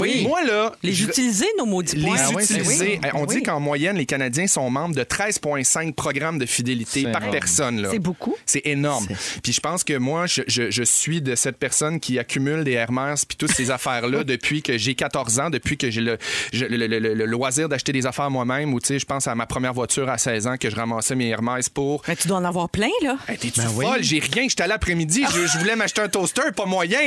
D: Oui.
C: Moi, là,
D: Les
C: je-
D: utiliser, nos maudits
C: les
D: points.
E: oui, Ah c'est
C: utiliser. Eh,
D: Ben oui.
C: On dit
D: Oui.
C: qu'en moyenne, les Canadiens sont membres de 13,5 programmes de fidélité
E: C'est
C: par
E: énorme.
C: personne. là.
B: C'est beaucoup.
C: C'est énorme. Puis je pense que moi, je, je- je suis de cette personne qui accumule des Hermès puis toutes ces affaires-là depuis que j'ai 14 ans, depuis que j'ai le, je- le- le- le- le loisir d'acheter des affaires moi-même. Ou tu sais, je pense à ma première voiture à 16 ans que je ramassais mes Hermès pour.
D: Mais Ben, tu dois en avoir plein, là.
C: Hey, T'es-tu
E: Ben
C: folle? J'ai rien. J'étais allé l'après-midi. Je, je voulais m'acheter un toaster, pas moyen.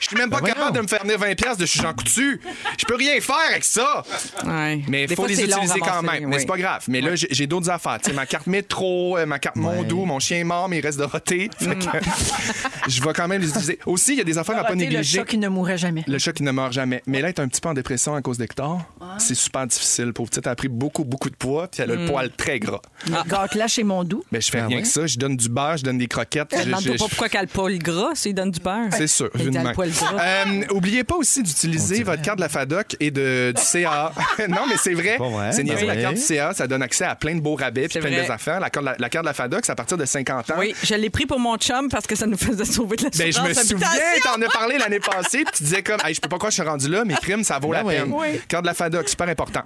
C: Je suis même pas
E: Ben
C: capable de
E: voyons.
C: me faire venir 20$ piastres de chez Jean Coutu. Je peux rien faire avec ça.
D: Ouais.
C: Mais il
D: Des
C: faut
D: fois,
C: les
D: c'est long
C: utiliser quand
D: ramasser,
C: même. Mais
D: oui.
C: c'est pas grave. Mais là, j'ai- j'ai d'autres affaires. Tu sais, ma carte métro, euh, ma carte Mondou, mon chien est mort, mais il reste Dorothée. Fait
D: Mm.
C: que Je vais quand même les utiliser. Aussi, il y a des affaires à pas
B: Rater Ah, le
C: négliger.
B: chat qui ne mourrait jamais.
C: Le chat qui ne meurt jamais. Mais là, elle est un petit peu en dépression à cause d'Hector. C'est super difficile. Pauvre petite, elle a pris beaucoup, beaucoup de poids, puis elle
D: Mm.
C: a le poil très gras.
B: Ah. Gâte-la chez Mondou.
C: Mais je fais
D: Ah
C: rien que ça. Je donne du beurre, je donne des croquettes. Je-
D: Ben, Demande-toi
C: je-
D: pas
C: je-
D: pourquoi qu'elle a le poil gras, ça, il donne du beurre.
C: C'est sûr,
D: Il
C: vu de
D: a le
C: même.
D: poil gras.
C: Euh, oubliez pas aussi d'utiliser votre carte de la FADOC et de, du CA. non, mais c'est vrai.
E: Pas vrai,
C: C'est
E: ben
C: niaiseux, la
E: oui.
C: carte du CA, ça donne accès à plein de beaux rabais puis
D: C'est
C: plein de
D: vrai.
C: belles affaires. La carte, la, la carte de la FADOC, c'est à partir de 50 ans.
D: Oui, je l'ai pris pour mon chum parce que ça nous faisait sauver de la
C: Ben, je me
D: souffrance
C: souviens,
D: habitation.
C: t'en as parlé l'année passée, puis tu disais comme, Hey, je peux pas croire que je suis rendu là, mais crime, ça vaut la
E: Ben oui.
C: peine. Carte de la FADOC, super important.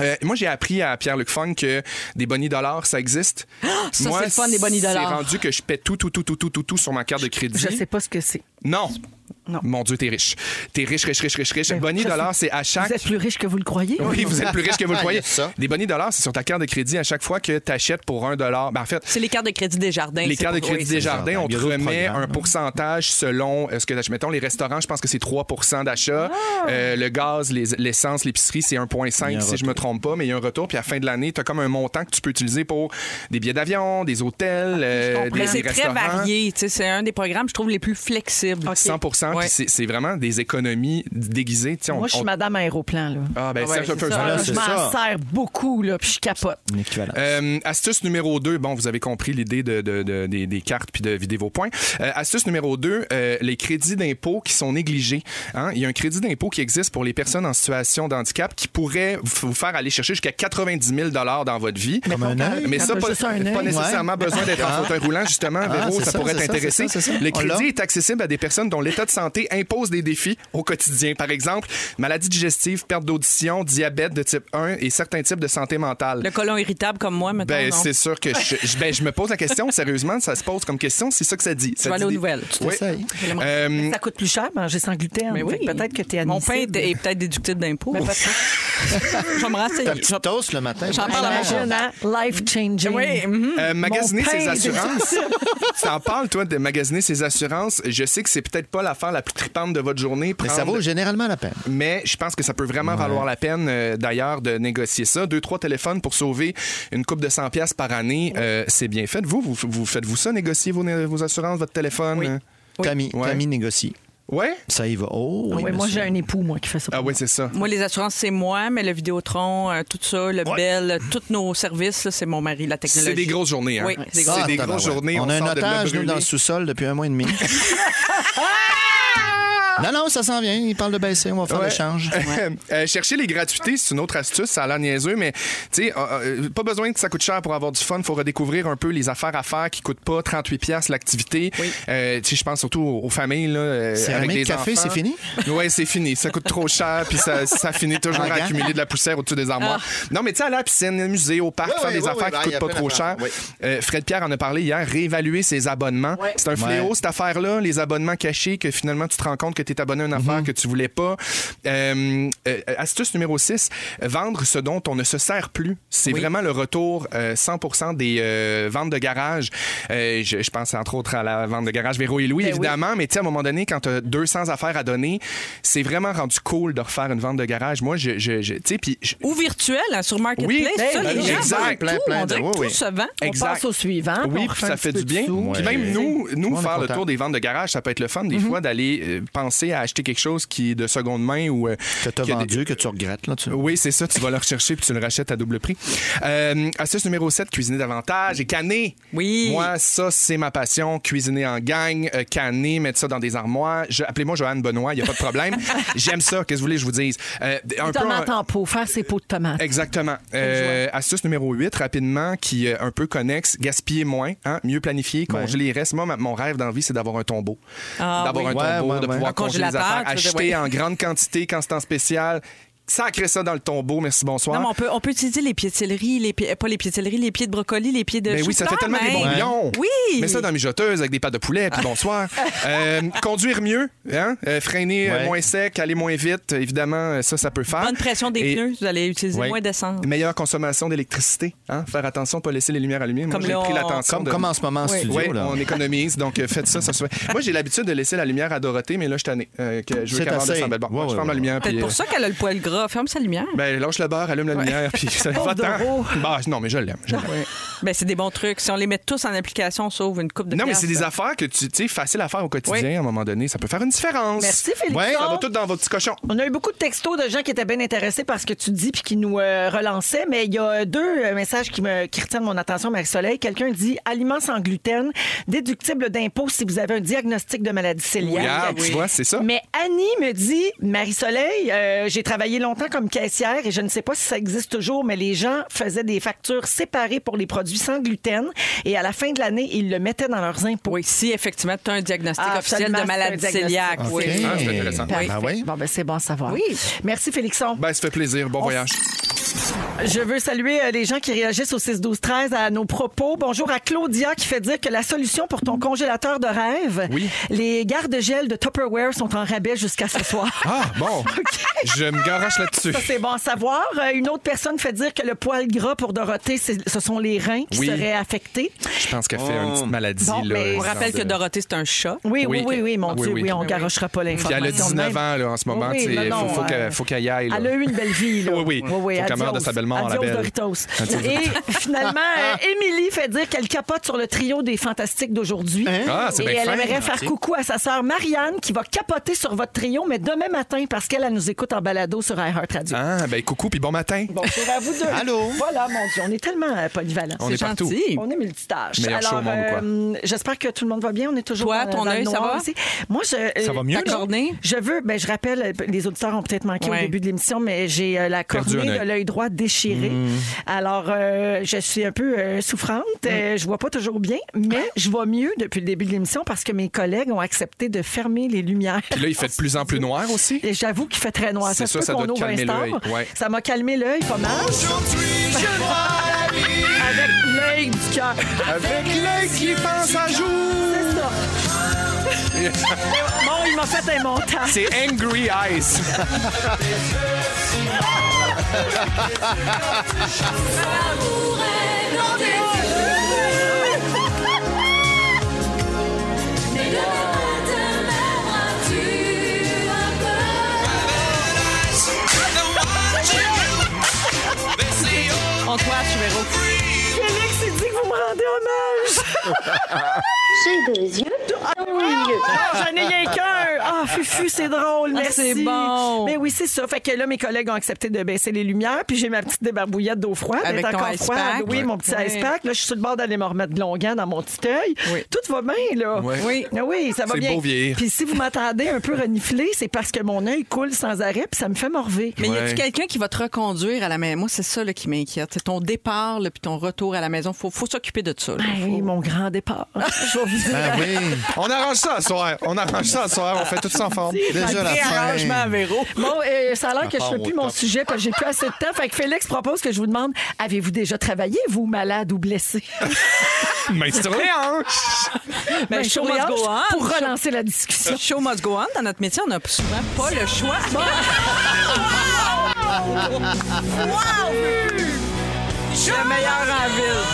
C: Euh, moi, j'ai appris à Pierre-Luc Funk que des bonnies dollars, ça existe.
D: Ah, ça,
C: Moi,
D: c'est le fun, des bonnies dollars.
C: C'est rendu que je paie tout, tout, tout, tout, tout, tout, tout sur ma carte de crédit.
B: Je sais pas ce que c'est.
C: Non.
B: Non.
C: Mon Dieu, t'es riche. T'es riche, riche, riche, riche, riche.
B: Ben,
C: Bonnie
B: ça,
C: dollar, c'est à chaque.
B: Vous êtes plus riche que vous le croyez?
C: Oui, vous êtes plus riche que vous le croyez.
E: Il y a ça.
C: Des bonnies dollars, c'est sur ta carte de crédit à chaque fois que tu achètes pour un dollar. Ben, en fait,
D: C'est les cartes de crédit des jardins.
C: les cartes de crédit des jardins, on
E: Il y
C: te
E: a d'autres
C: remet
E: programmes,
C: un
E: hein.
C: pourcentage selon euh, ce que tu Mettons, les restaurants, je pense que c'est 3 d'achat. Euh, le gaz, les- l'essence, l'épicerie, c'est
E: Il y a
C: 1,5
E: un
C: si je me trompe pas, mais il y a un retour. Puis à la fin de l'année, tu as comme un montant que tu peux utiliser pour des billets d'avion, des hôtels, euh, des,
D: Mais c'est
C: des
D: très
C: restaurants.
D: varié. tu sais, C'est un des programmes, je trouve, les plus flexibles.
C: 100
D: Ouais.
C: puis c'est- c'est vraiment des économies déguisées. Tu sais, on-
B: Moi, je suis
C: on-
B: madame aéroplan, là.
C: Ah, ben,
D: Ah ouais,
C: ça, ça
D: c'est
C: peut-
D: ça.
C: ça,
E: Ah,
C: là,
E: c'est
B: Je m'en
E: ça.
B: sers beaucoup, là, puis je capote.
E: Une équivalence.
C: Euh, astuce numéro 2, bon, vous avez compris l'idée de, de- de- des, des cartes puis de vider vos points. Euh, astuce numéro 2, les crédits d'impôt qui sont négligés. hein. Il y a un crédit d'impôt qui existe pour les personnes en situation de handicap qui pourrait vous vous faire aller chercher jusqu'à 90 000 dans votre vie.
E: Comme un œil.
C: Mais ça,
B: T'as
C: pas,
B: juste un
C: pas
B: œil,
C: nécessairement besoin d'être en fauteuil roulant, justement.
E: Ah,
C: Véro,
E: c'est
C: ça,
E: ça,
C: pourrait
E: c'est ça,
C: t'intéresser.
E: c'est ça, c'est ça.
C: Le
E: On
C: crédit
E: l'a.
C: est accessible à des personnes dont l'état de santé impose des défis au quotidien. Par exemple, maladie digestive, perte d'audition, diabète de type 1 et certains types de santé mentale.
D: Le colon irritable comme moi, maintenant.
C: Ben, c'est sûr que je, je- ben, je me pose la question. Sérieusement, ça se pose comme question. C'est ça que ça dit. Ça
D: vas
C: dit
D: aller aux
C: des-
D: nouvelles. Tu
C: Oui.
E: t'essayes. Mm.
C: Euh,
B: Ça coûte plus cher manger sans gluten.
D: Mais oui.
B: Fait que Peut-être que t'es
D: Mon pain est,
B: admissible.
D: est peut-être déductible d'impôts. je vais me
E: Ta
D: renseigner.
E: petite toast le matin.
D: J'en parle à mon
B: Imagine, hein? Life-changing.
D: Oui, mhm.
C: euh, magasiner
B: Mon
C: ses
B: pain,
C: assurances. T'en parles, toi, de magasiner ses assurances. Je sais que c'est peut-être pas l'affaire la plus tripante de votre journée.
E: Mais ça
C: prendre-
E: vaut généralement la peine.
C: mais je pense que ça peut vraiment valoir la peine euh, d'ailleurs de négocier ça. Deux, trois téléphones pour sauver une coupe de 100 pièces par année, euh, c'est bien fait. Vous, vous, vous faites-vous ça, négocier vos, vos assurances, votre téléphone? euh?
E: Tammy,
C: Ouais.
E: Tammy négocie.
C: Ouais?
E: Ça y va. Oh, oui,
B: moi, j'ai
E: monsieur.
B: un époux, moi, qui fait ça.
C: Ah ouais, c'est ça.
D: Moi, les assurances, c'est moi, mais le Vidéotron, euh, tout ça, le
C: Ouais.
D: Bell, euh, tous nos services, là, c'est mon mari, la technologie.
C: C'est des grosses journées, hein?
D: Oui, c'est des
E: Ah,
C: c'est des grosses
E: tabarouette.
C: journées.
E: On, a un
C: sort de là
E: otage, nous,
C: brûlé.
E: dans le sous-sol depuis un mois et demi. non, non, ça s'en vient. Il parle de baisser. On va faire
C: Ouais.
E: l'échange.
C: Euh, chercher les gratuités, c'est une autre astuce, ça a l'air niaiseux, mais tu sais, euh, euh, pas besoin que ça coûte cher pour avoir du fun. faut redécouvrir un peu les affaires à faire qui coûtent pas 38$ l'activité. Euh, tu sais, je pense surtout aux, aux familles. Là, euh,
E: C'est
C: avec
E: remis
C: les
E: de café,
C: enfants.
E: c'est fini?
C: Oui, c'est fini. Ça coûte trop cher, puis ça, ça finit toujours
E: En
C: à
E: gants?
C: accumuler de la poussière au-dessus des armoires. Non, mais tu sais, aller à la piscine, au musée, au parc,
E: Ah. Ouais,
C: faire
E: ouais,
C: des
E: ouais,
C: affaires
E: ouais,
C: qui
E: ouais,
C: coûtent pas
E: il y a
C: trop
E: plein
C: cher.
E: d'affaires,
C: Euh, Fred Pierre en a parlé hier, réévaluer ses abonnements. C'est un fléau,
E: Ouais.
C: cette affaire-là, les abonnements cachés, que finalement tu te rends compte que tu es abonné à une affaire que tu voulais pas. Euh, euh, astuce numéro 6, vendre ce dont on ne se sert plus. C'est vraiment le retour euh, 100 des euh, ventes de garage. Euh, je, je pense entre autres à la vente de garage Véro et Louis, évidemment, mais tu sais, à un moment donné, quand tu as 200 affaires à donner, c'est vraiment rendu cool de refaire une vente de garage. Moi, je, je, je- tu sais, puis je-
D: Ou virtuel, hein, sur Marketplace,
C: Oui,
D: ça,
C: ben
D: les
C: oui,
D: gens
C: exact,
D: veulent
E: plein,
D: tout,
E: plein
D: on dirait
E: de-
D: que
E: oui,
D: tout
E: oui.
D: se vend.
B: On passe au suivant.
C: oui,
B: Hein, on
C: puis
B: refait
C: ça
B: un
C: fait
B: petit
C: du
B: peu de
C: bien.
B: sous.
C: Puis
E: Ouais.
C: même nous, nous
E: on est
C: faire le
E: content.
C: tour des ventes de garage, ça peut être le fun des fois d'aller euh, penser à acheter quelque chose qui est de seconde main ou euh,
E: Que t'as
C: qui a des-
E: vendu, que tu regrettes. Là, tu...
C: Oui, c'est ça. Tu vas le rechercher puis tu le rachètes à double prix. Euh, astuce numéro 7, cuisiner davantage et canner.
D: Oui.
C: Moi, ça, c'est ma passion. Cuisiner en gang, euh, canner, mettre ça dans des armoires. Je- Appelez-moi Joanne Benoît, il n'y a pas de problème. J'aime ça. Qu'est-ce que vous voulez que je vous dise? Euh, un peu
B: Tomates
C: un-
B: en pot, faire ses pots de tomates.
C: Exactement. Euh, astuce numéro 8, rapidement, qui est un peu connexe, gaspiller moins, hein, mieux planifier,
E: Ben.
C: congeler les restes. Moi, ma- mon rêve d'envie, c'est d'avoir un tombeau.
D: Ah
C: d'avoir
D: oui.
C: un
E: Ouais,
C: tombeau,
E: ouais,
C: de
E: ouais.
C: pouvoir
D: Un
C: congeler les
D: congélateur,
C: affaires,
D: tu veux dire,
C: acheter
D: ouais.
C: en grande quantité quand c'est en spécial. Sacrer ça dans le tombeau, merci, bonsoir.
D: Non, mais on peut, on peut utiliser les piétilleries, les pi- euh, pas les piétilleries, les pieds de brocoli, les pieds de
C: Ben oui, ça fait
D: chou-fleur,
C: tellement des
D: mais-
C: bons bouillons.
D: Oui.
C: Mets ça dans la mijoteuse avec des pâtes de poulet, puis bonsoir. Euh, conduire mieux, hein? Euh, freiner euh,
E: Ouais.
C: moins sec, aller moins vite, évidemment, euh, ça, ça peut faire.
D: Bonne pression des
C: Et-
D: pneus, vous allez utiliser
C: Ouais.
D: moins d'essence.
C: Meilleure consommation d'électricité. Hein? Faire attention, pas laisser les lumières allumées. Moi,
D: Comme
C: j'ai
D: là,
C: pris
D: on-
C: l'attention.
E: Comme,
C: de-
E: comme en ce moment en studio.
C: Ouais,
E: là.
C: on économise, donc euh, faites ça, ça se fait. Moi, j'ai l'habitude de laisser la lumière à Dorothée, mais là, je t'en ai. que je veux
E: C'est
C: qu'elle
E: assez.
C: de belle. Bon,
E: Ouais,
C: moi, je
E: ouais,
C: ferme la
E: ouais.
C: lumière.
D: Peut-être
C: puis, euh,
D: pour ça qu'elle a le poil gras. Ferme sa lumière.
C: Ben, lâche le beurre, allume la lumière, puis ça va
B: Doro.
C: Non, mais je l'aime. je l'aime.
D: Ben, c'est des bons trucs. Si on les met tous en application, on sauve une coupe de hein.
C: Non, mais c'est
D: piastres.
C: des affaires que tu tu sais, facile à faire au quotidien, à un moment donné. Ça peut faire une différence.
B: Merci, Félixon.
C: Ouais, ça va tout dans votre petit cochon.
B: On a eu beaucoup de textos de gens qui étaient bien intéressés par ce que tu dis puis qui nous euh, relançaient, mais il y a euh, deux euh, messages qui, me, qui retiennent mon attention, Marie-Soleil. Quelqu'un dit « Aliments sans gluten, déductible d'impôt si vous avez un diagnostic de maladie cœliaque.
C: Regarde, ah, tu vois, c'est ça.
B: Mais Annie me dit, Marie-Soleil, euh, j'ai travaillé longtemps comme caissière et je ne sais pas si ça existe toujours, mais les gens faisaient des factures séparées pour les produits sans gluten et à la fin de l'année, ils le mettaient dans leurs impôts.
D: Oui, si effectivement tu as un diagnostic
B: Ah,
D: officiel
B: absolument,
D: de
B: c'est un
D: maladie
B: diagnostic
D: cœliaque.
E: OK.
D: Oui.
C: Ah, c'est intéressant.
E: Ben, ben oui.
B: Bon, ben c'est bon à savoir.
D: Oui.
B: Merci, Félixon.
C: Ben, ça fait plaisir. Bon voyage.
B: Je veux saluer euh, les gens qui réagissent au 6-12-13 à nos propos. Bonjour à Claudia qui fait dire que la solution pour ton congélateur de rêve,
C: Oui.
B: les gardes-gel de Tupperware sont en rabais jusqu'à ce soir.
C: Ah, bon. Je me garoche là-dessus.
B: Ça, c'est bon à savoir. Euh, Une autre personne fait dire que le poil gras pour Dorothée, c'est- ce sont les reins qui
C: Oui.
B: seraient affectés.
C: Je pense qu'elle fait
E: Oh.
C: une petite maladie.
B: Bon,
C: là,
B: mais-
C: euh,
D: On rappelle
C: genre
D: que
C: de-
D: Dorothée, c'est un chat.
B: Oui, oui,
C: Oui.
B: oui, oui, mon
C: Oui,
B: Dieu, oui,
C: oui.
B: on
D: Oui, oui.
B: garochera pas
C: Puis
B: l'information.
C: elle a 19
B: même.
C: ans là, en ce moment.
B: Oui,
C: tu sais,
B: non,
C: faut, faut
B: non, euh,
C: qu'elle faut qu'elle y aille. là.
B: Elle a eu une belle vie. Là.
C: Oui, oui. Faut qu'elle
B: adios.
C: meure de sa belle mort, la
B: Adios,
C: belle.
B: Doritos. Et finalement,
C: Ah.
B: euh, Émilie fait dire qu'elle capote sur le trio des Fantastiques d'aujourd'hui.
C: Ah, c'est
B: Et
C: bien
B: elle
C: fin.
B: aimerait faire coucou à sa sœur Marianne qui va capoter sur votre trio, mais demain matin parce qu'elle elle nous écoute en balado sur iHeartRadio.
C: Ah, ben coucou, puis bon matin.
B: Bonjour à vous deux.
E: Allô?
B: Voilà, mon Dieu, on est tellement euh, polyvalents.
C: On
D: C'est
C: est partout.
D: gentil.
B: On est multitâche.
C: Meilleur show au
B: Alors,
C: monde, quoi.
B: euh, j'espère que tout le monde va bien. On est toujours
D: Toi,
B: dans-
D: ton
B: dans le
D: œil, ça
B: noir
D: va?
B: ici. Moi, je, euh,
C: Ça va mieux,
D: Ta non? cornée?
B: Je veux, ben, je rappelle, euh, les auditeurs ont peut-être manqué au
D: Ouais.
B: début de l'émission, mais j'ai euh, la
C: Perdu
B: cornée
C: un œil. Mm.
B: de l'œil droit déchirée. Alors, euh, je suis un peu euh, souffrante. Euh, je vois pas toujours bien, mais je vois mieux depuis le début de l'émission parce que mes collègues ont accepté de fermer les lumières.
C: Puis là, il fait de plus en plus noir aussi.
B: Et j'avoue qu'il fait très noir.
C: C'est
B: se
C: ça,
B: peut
C: ça
B: qu'on
C: doit te
B: ouvre un
C: calmer
B: store.
C: l'œil, ouais.
B: Ça m'a calmé l'œil pas mal. Avec l'œil du cœur.
D: Ah,
C: Avec l'œil qui pense à jour.
B: C'est ça. Bon, il m'a fait un montage.
C: C'est Angry Eyes.
D: On te voit, Véro.
B: Félix, il dit que vous me rendez hommage.
I: J'ai deux yeux,
B: Donc, Ah, J'en ai rien qu'un! Ah, Fufu, c'est drôle,
D: Ah,
B: merci.
D: c'est bon.
B: Mais oui, c'est ça. Fait que là, mes collègues ont accepté de baisser les lumières, puis j'ai ma petite débarbouillette d'eau froide. Elle
D: Avec
B: est
D: ton
B: encore
D: ice
B: froide.
D: pack.
B: Oui, mon petit
D: Ouais.
B: ice pack. Là, je suis sur le bord d'aller me remettre de longuant dans mon petit œil.
D: Oui.
B: Tout va bien, là.
C: Ouais.
D: Oui.
B: Ah oui, ça va
C: C'est
B: bien.
C: beau vieillir.
B: Puis si vous m'entendez un peu renifler, c'est parce que mon œil coule sans arrêt, puis ça me fait morver.
D: Mais y a-tu
C: Ouais.
D: quelqu'un qui va te reconduire à la maison? Moi, c'est ça là, qui m'inquiète. C'est ton départ là, puis ton retour à la maison. Faut, faut s'occuper de ça. là.
B: Ah oui, mon grand départ. Je vais vous dire.
E: Ah oui,
C: On arrange ça à soir. On arrange ça à soir. On fait tout ça en forme.
E: déjà la fin.
D: Véro.
B: Bon, euh, ça a l'air que je
E: part
B: fais
E: au
B: plus mon
E: top.
B: sujet parce que j'ai plus assez de temps. Fait que Félix propose que je vous demande avez-vous déjà travaillé, vous, malade ou blessé
C: Mais c'est vrai, hein?
D: Ben,
B: Ben,
D: show
B: souriante,
D: must go on.
B: Pour relancer la discussion.
D: Show must go on. Dans notre métier, on n'a souvent pas le choix. Le meilleur en ville.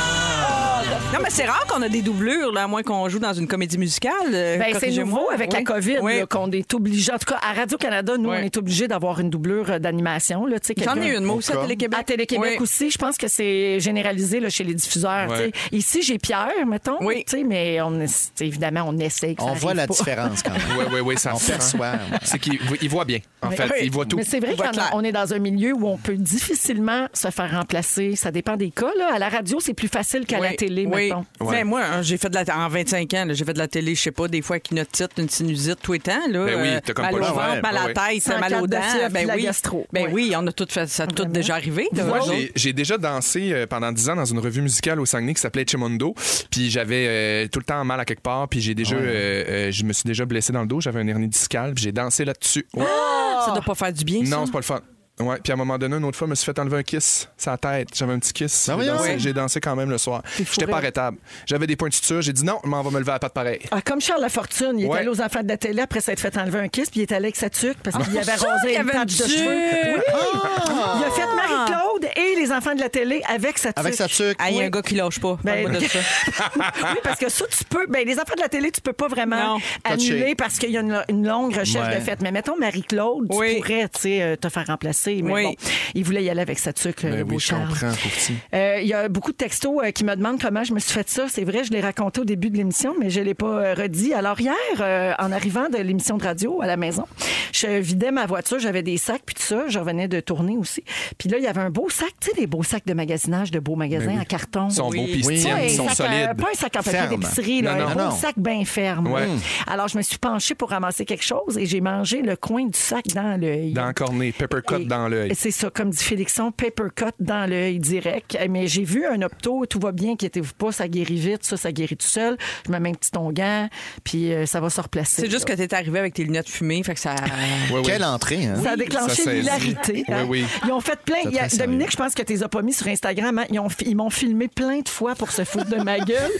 D: Non, mais c'est rare qu'on a des doublures, là, à moins qu'on joue dans une comédie musicale. euh,
B: Ben, c'est
D: corrigez-moi.
B: nouveau avec la
D: Oui.
B: COVID
D: Oui.
B: là, qu'on est obligé. En tout cas, à Radio-Canada, nous,
D: Oui.
B: on est obligé d'avoir une doublure euh, d'animation. là, tu sais,
D: J'en ai
B: quelqu'un-
D: une, moi aussi, à
E: Au cas.
D: Télé-Québec.
B: À Télé-Québec
D: Oui.
B: aussi, je pense que c'est généralisé là, chez les diffuseurs.
C: Ouais.
B: tu sais. Ici, j'ai Pierre, mettons,
D: Oui.
B: tu sais, mais on, c'est- évidemment, on essaie que ça
E: On voit
B: arrive
E: la
B: pas.
E: différence quand même.
C: Oui, oui, oui, ça
E: On
C: se sent.
E: perçoit.
C: C'est qu'il il voit bien, en fait. Il voit tout.
B: Mais c'est vrai
D: voit clair.
B: qu'on est dans un milieu où on peut difficilement se faire remplacer. Ça dépend des cas. Là. À la radio, c'est plus facile qu'à la
D: Oui,
B: télé,
D: oui.
B: mettons.
C: Ouais.
D: Ben, moi, hein, j'ai fait de la en 25 ans, là, j'ai fait de la télé, je sais pas, des fois avec une otite, une sinusite, tout étant. Là,
C: Ben oui,
D: euh,
C: t'as comme
D: mal
C: pas
D: au
C: le
D: ventre,
C: choix. Ouais,
D: mal à la
C: ouais.
D: tête,
B: Sans
D: mal
B: quatre
D: aux
B: de
D: dents.
B: fièvre, puis
D: ben
B: la
D: oui.
B: gastro.
D: Ben
B: Ouais.
D: oui, on a tout fait, ça a tout
B: Vraiment.
D: déjà arrivé. là.
C: Moi,
D: Nous
C: j'ai- j'ai déjà dansé euh, pendant 10 ans dans une revue musicale au Saguenay qui s'appelait Chemondo. Puis j'avais euh, tout le temps mal à quelque part. Puis j'ai déjà, euh, euh, je me suis déjà blessé dans le dos. J'avais un hernie discale. Puis j'ai dansé là-dessus. Ouais.
B: Ah,
D: autres, Ça doit pas faire du bien.
C: non,
D: ça.
C: c'est pas le fun. Ouais. Puis à un moment donné, une autre fois, je me suis fait enlever un kiss sa tête. J'avais un petit kiss.
E: Ah,
B: Ben
C: J'ai
E: voyons.
C: dansé,
E: Ouais.
C: j'ai dansé quand même le soir. J'étais pas
B: fourré.
C: arrêtable. J'avais des points de suture. J'ai dit non, mais on va me lever à pas de pareil.
B: Ah, comme Charles Lafortune, il est
C: Ouais.
B: allé aux enfants de la télé après s'être fait enlever un kiss, puis il est allé avec sa tuque parce qu'il avait
D: pour Ah, ça
B: rasé
D: qu'il
B: une
D: avait
B: tache
D: une
B: de
D: tuque. Ah!
B: cheveux. Oui. Il a fait Marie-Claude et les enfants de la télé avec sa tuque.
E: Avec sa tuque.
D: Ah, il y a
B: Oui.
D: un gars qui lâche pas.
B: Ben,
D: Parle-moi de ça.
B: oui, parce que ça, tu peux. Ben, les enfants de la télé, tu peux pas vraiment
D: Non.
B: annuler
E: Toucher.
B: parce qu'il y a une, une longue recherche
E: Ouais.
B: de fait. Mais mettons, Marie-Claude,
D: Oui.
B: tu pourrais tu sais, euh, te faire remplacer. Mais
D: Oui.
B: bon, il voulait y aller avec sa tuque, euh,
C: Ben
B: le beau
C: oui, je
B: Charles.
C: comprends, pour petit.
B: Euh, Il y a beaucoup de textos euh, qui me demandent comment je me suis fait ça. C'est vrai, je l'ai raconté au début de l'émission, mais je l'ai pas euh, redit. Alors hier, euh, en arrivant de l'émission de radio à la maison, je vidais ma voiture, j'avais des sacs, puis tout ça. Je revenais de tourner aussi. Puis là, il y avait un beau sac, tu sais, des beaux sacs de magasinage, de beaux magasins en carton.
C: Ben Ils sont beaux, puis ils se
E: Oui.
C: tiennent,
B: Pas un
C: ils sont
B: sac à-
C: solides.
B: pas un sac en papier
E: Ferme.
B: d'épicerie, là,
C: Non,
B: un
C: non.
B: gros
E: Non.
B: sac bien ferme.
C: Ouais.
B: Mm. Alors, je me suis penchée pour ramasser quelque chose et j'ai mangé le coin du sac dans l'œil.
C: Dans le cornet, pepper cut
B: Et-
C: dans l'œil.
B: et C'est ça, comme dit Félixon, paper cut dans l'œil direct. Eh, Mais j'ai vu un opto, tout va bien, inquiétez-vous pas, ça guérit vite, ça, ça guérit tout seul. Je me mets un petit onguent, puis euh, ça va se replacer.
D: C'est juste que
B: là.
D: t'es arrivé avec tes lunettes fumées, fait que ça.
C: Ouais, ouais.
E: Quelle entrée, hein?
B: Ça a
C: ça
B: déclenché
C: saisit.
B: l'hilarité.
C: Oui,
B: hein.
C: oui.
B: Ils ont fait plein.
E: C'est
B: il y a-
E: très sérieux.
B: Dominique, je pense que tu les as pas mis sur Instagram. hein. Ils, ont, fi- ils m'ont filmé plein de fois pour se foutre de ma gueule.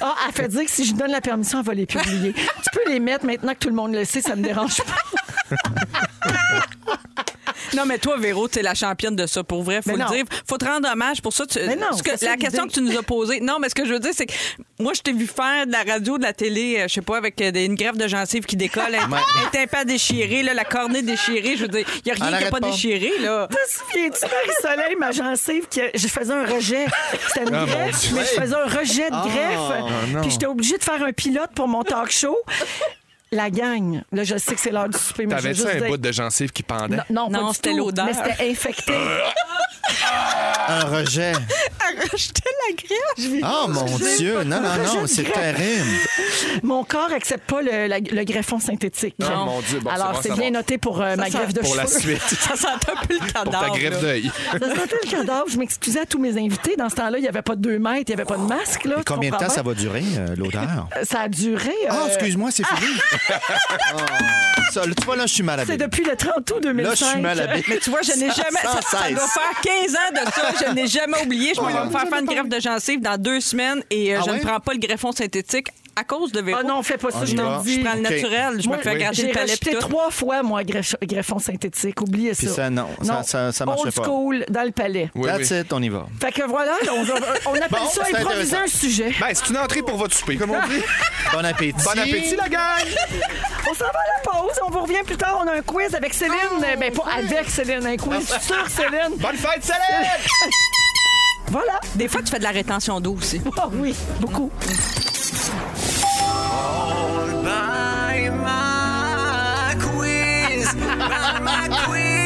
B: Ah, elle fait dire que si je donne la permission, elle va les publier. tu peux les mettre maintenant que tout le monde le sait, ça me dérange pas.
D: Non, mais toi, Véro, t'es la championne de ça pour vrai. Faut
B: Mais
D: le
B: non.
D: dire. Faut te rendre hommage pour ça. Tu-
B: Mais non,
D: ce que-
B: c'est ça
D: la
B: l'idée.
D: question que tu nous as posée. Non, mais ce que je veux dire, c'est que moi, je t'ai vu faire de la radio, de la télé, euh, je sais pas, avec euh, des- une greffe de gencive qui décolle, un, un tympan déchiré, là, la cornée déchirée. Je veux dire, il y
E: On
D: a rien qui n'est
E: l'arrête
D: pas
E: pas.
D: déchiré, là.
B: Te souviens-tu, Marie-Soleil, ma gencive, que je faisais un rejet. C'était une
C: Ah, mon
B: greffe,
C: Dieu. Ah,
B: mais je faisais un rejet de greffe.
C: non.
B: Puis j'étais obligée de faire un pilote pour mon talk show. La gang. Là, je sais que c'est l'heure du souper, mais je veux
C: T'avais-tu
B: juste
C: un
B: dire-
C: bout de gencive qui pendait?
B: Non, non, pas
D: Non,
B: du
D: c'était
B: tout,
D: l'odeur.
B: Mais c'était infecté.
C: Euh.
E: Un rejet.
D: J'étais la greffe.
E: Oh mon Dieu, non, non, non, c'est terrible.
B: Mon corps accepte pas le, la- le greffon synthétique.
C: Ah, mon Dieu, bon,
B: Alors,
C: c'est
B: c'est
C: bon à
B: bien
C: savoir.
B: noté pour euh, ma
D: ça-
B: greffe de
C: Pour la
B: cheveux.
C: suite,
D: Ça sentait un peu le cadavre.
C: pour ta greffe
D: là.
C: d'œil.
B: Ça sentait le cadavre. Je m'excusais à tous mes invités. Dans ce temps-là, il n'y avait pas de 2 mètres, il n'y avait pas de masque. Là,
E: Et
B: tu
E: combien de
B: comprends
E: temps ça
B: bien?
E: va durer, euh, l'odeur?
B: Ça a duré.
E: Ah,
B: euh,
E: excuse-moi, c'est fini. Oh, ça, là, tu vois, là, je suis mal à
B: C'est
E: bite.
B: depuis le 30 août 2005.
E: Là, je suis mal à bite.
D: Mais tu vois, je n'ai
E: Sans-
D: jamais. Ça,
E: sans
D: ça
E: cesse.
D: doit faire 15 ans de ça. Je n'ai jamais oublié. Je m'en vais me faire faire une greffe de gencive dans deux semaines et euh,
E: Ah
D: je
E: ouais?
D: ne prends pas le greffon synthétique à cause de Véro.
B: Ah non, fais pas
E: On
B: ça,
E: y
B: je
E: va.
B: t'en dis.
D: Je prends le
E: Ok.
D: naturel. Je me
B: Moi,
D: fais gratter
B: J'ai
D: le palais
B: racheté
D: pis tout.
B: trois fois, moi, gref- greffon synthétique. Oubliez
E: Puis
B: ça.
E: ça, non. Ça- ça- ça marchait
B: Old
E: pas.
B: school, dans le palais.
C: Oui,
E: That's
C: oui.
E: it, on y va.
B: Fait que voilà, on, on appelle
E: Bon,
B: ça
E: c'est
B: improviser
E: intéressant.
B: un sujet.
C: Ben, c'est une entrée pour votre souper, comme on dit.
E: Bon appétit.
C: Bon appétit, la gang!
B: On s'en va à la pause, on vous revient plus tard. On a un quiz avec Céline. Euh, ben, pas avec Céline, un quiz sur Céline.
C: Bonne fête, Célèbre!
B: Voilà. Ah
D: Des fois, tu fais de la rétention d'eau aussi.
B: Oh oui, beaucoup.
F: All ma queen.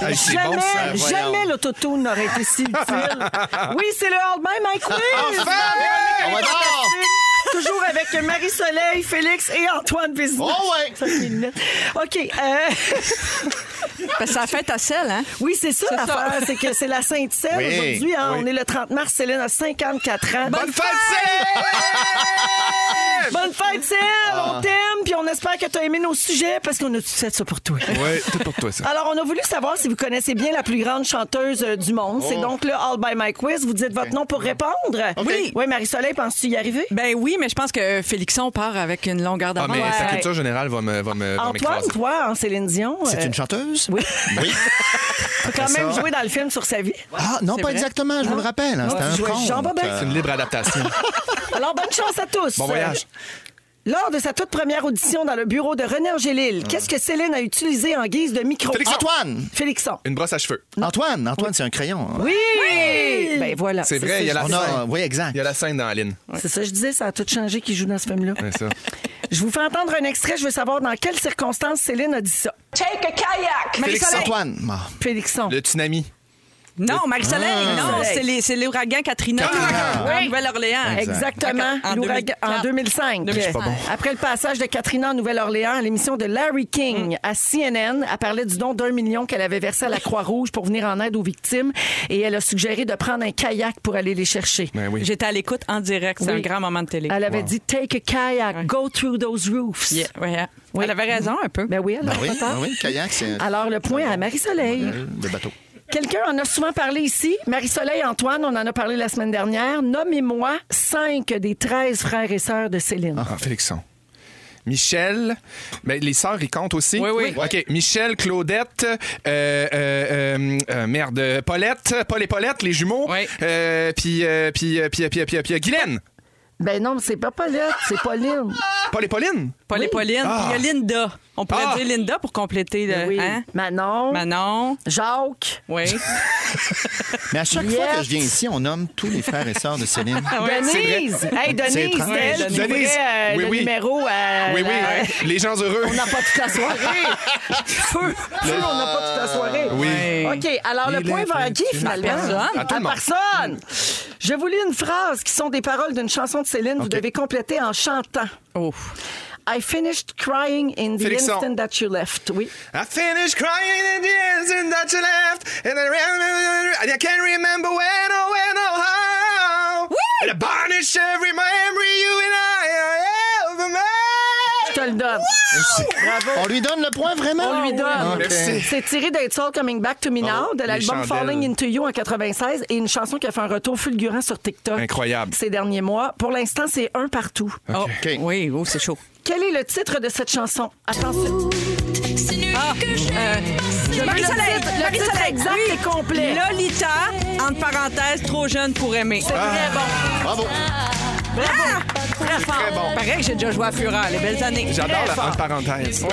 C: Hey, c'est
B: Jamais,
C: bon, ça.
E: voyons.
B: jamais l'autotune n'aurait été si utile. Oui, c'est le All My My Quiz.
E: Enfin!
B: Véronique, Oh,
E: On va
B: elle est
E: donc!
B: fantastique. Toujours avec Marie-Soleil, Félix et Antoine Vézina.
E: Oh ouais!
B: Ça, c'est une minute. OK. euh,
D: Parce que ça fait ta selle, hein?
B: oui, c'est ça l'affaire. C'est que c'est la Sainte-Celle
E: Oui,
B: aujourd'hui. hein. On est le 30 mars. Céline a 54 ans.
C: Bonne fête, Céline!
B: Bonne fête, Céline!
C: Ah.
B: On t'aime, puis on espère que tu as aimé nos sujets parce qu'on a tout fait ça pour toi.
C: Ouais, tout pour toi, ça.
B: Alors, on a voulu savoir si vous connaissez bien la plus grande chanteuse euh, du monde.
C: Oh.
B: C'est donc le All by My Quiz. Vous dites votre nom pour répondre.
D: Oui.
B: Oui, Marie-Soleil, penses-tu y arriver?
D: Ben oui, mais je pense que Félixon part avec une longueur
C: Ah,
D: d'avance.
C: mais sa
B: ouais.
C: culture générale va me va me- va
B: Antoine,
C: m'écraser.
B: toi, en Céline Dion,
E: C'est
B: euh,
E: une chanteuse?
B: oui.
E: Oui.
B: t'as quand
E: ça.
B: même joué dans le film sur sa vie.
E: Ah, non, pas exactement, je vous le rappelle. hein,
B: tu
E: C'était
B: jouais
E: un conte.
B: Jean Bobin.
E: euh,
C: C'est une libre adaptation.
B: Alors, bonne chance à tous.
C: Bon voyage.
B: Euh, Lors de sa toute première audition dans le bureau de René Angélil, qu'est-ce que Céline a utilisé en guise de micro?
C: Ah.
B: Ah,
C: Félixon.
E: Antoine!
B: Félixon.
C: Une brosse à cheveux.
E: Mm. Antoine, Antoine, c'est un crayon.
B: Oui! Ah, Ben voilà.
C: C'est vrai,
B: ça,
C: il y a
B: je
C: la
E: On
B: disais.
E: a, oui,
C: Il
E: exact.
C: y a la scène dans la ligne.
B: C'est ça, je disais, ça a tout changé qui joue dans ce film-là.
C: C'est ça.
B: Je vous fais entendre un extrait, je veux savoir dans quelles circonstances Céline a dit ça.
I: Take a kayak.
C: Félixon.
E: Antoine. Ah.
B: Félixon.
C: Le tsunami.
D: Non, Marie-Soleil,
C: Ah,
D: non,
B: Soleil.
D: c'est les- c'est l'ouragan Katrina,
E: Katrina.
D: en Nouvelle-Orléans.
B: Exactement,
D: En
B: l'ouragan- en
D: 2004.
B: 2005.
D: Je suis pas bon.
B: Après le passage de Katrina en Nouvelle-Orléans, l'émission de Larry
D: Mm.
B: King à CNN a parlé du don d'un million qu'elle avait versé à la Croix-Rouge pour venir en aide aux victimes et elle a suggéré de prendre un kayak pour aller les chercher.
C: Ben oui.
D: J'étais à l'écoute en direct, c'est
B: Oui.
D: un grand moment de télé.
B: Elle avait dit Take a kayak, go through those roofs.
D: Yeah, ouais. hein.
B: Oui.
D: Elle avait raison un peu.
B: Ben oui, alors,
E: Ben oui,
B: pas tard.
E: ben oui, kayak, c'est un
B: Alors, le point à Marie-Soleil.
E: de bateau.
B: Quelqu'un en a souvent parlé ici. Marie-Soleil, Antoine, on en a parlé la semaine dernière. Nommez-moi cinq des 13 frères et sœurs de Céline.
C: Ah, Félixon. Michel. Ben, les sœurs, ils comptent aussi.
D: Oui, oui.
C: OK. Michel, Claudette, euh, euh, euh, euh, merde, Paulette, Paul et Paulette, les jumeaux.
D: Oui.
C: Euh, puis, euh, puis, euh, puis, euh, puis, euh, puis, euh, puis, euh, Guylaine.
B: Ben non, c'est pas Paulette, c'est Pauline.
C: Paul et Pauline.
D: Paul et Pauline.
C: Ah.
D: Il y a Linda. On pourrait
C: Ah.
D: dire Linda pour compléter le.
B: Ben Oui.
D: Hein?
B: Manon,
D: Manon.
B: Jacques,
D: Oui.
E: Mais à chaque fois que je viens ici, on nomme tous les frères et sœurs de Céline.
B: Ah Denise. Hey, Denise,
E: C'est étrange.
B: c'est elle qui
C: Denise.
B: ouvrait, euh,
C: Oui,
B: le
C: oui.
B: numéro à
C: oui, oui.
B: Euh, la-
C: Les gens heureux.
B: On n'a pas toute la soirée. Feu, feu, on n'a pas toute la soirée.
C: Oui.
B: OK, alors le
C: Il
B: point
C: est
B: va à qui
C: petit.
B: finalement?
D: À personne.
C: À tout le monde.
B: personne. Je vous lis une phrase qui sont des paroles d'une chanson de Céline. Vous devez compléter en chantant.
D: Oh.
B: I finished crying in the
C: Félixon.
B: instant that you left. Oui.
C: I finished crying in the instant that you left, and I, remember, and I can't remember when or when or how. And I banish every memory you and I ever
B: Je te
C: made.
B: le donne.
E: On lui donne le point, vraiment? Ah
B: On lui donne.
E: Ok.
C: Merci. Oh,
B: C'est tiré d'It's All Coming Back to Me Now de
C: les
B: l'album
C: chandelles.
B: Falling Into You en 96 et une chanson qui a fait un retour fulgurant sur TikTok
C: Incroyable.
B: ces derniers mois. Pour l'instant, c'est un partout.
D: Oh.
E: OK.
D: Oui, oh, c'est chaud.
B: Quel est le titre de cette chanson? Attention.
D: Ah,
B: Le
D: euh, Marie-Soleil,
B: titre- le titre
D: Marie-Soleil,
B: exact
D: oui.
B: et complet.
D: Lolita, entre parenthèses, trop jeune pour aimer. Ah.
B: C'est très bon.
E: Bravo.
D: Très fort. Pareil que j'ai déjà joué à Fura, les belles années.
C: J'adore
D: Très
C: la fin
D: fort.
C: de parenthèse.
B: En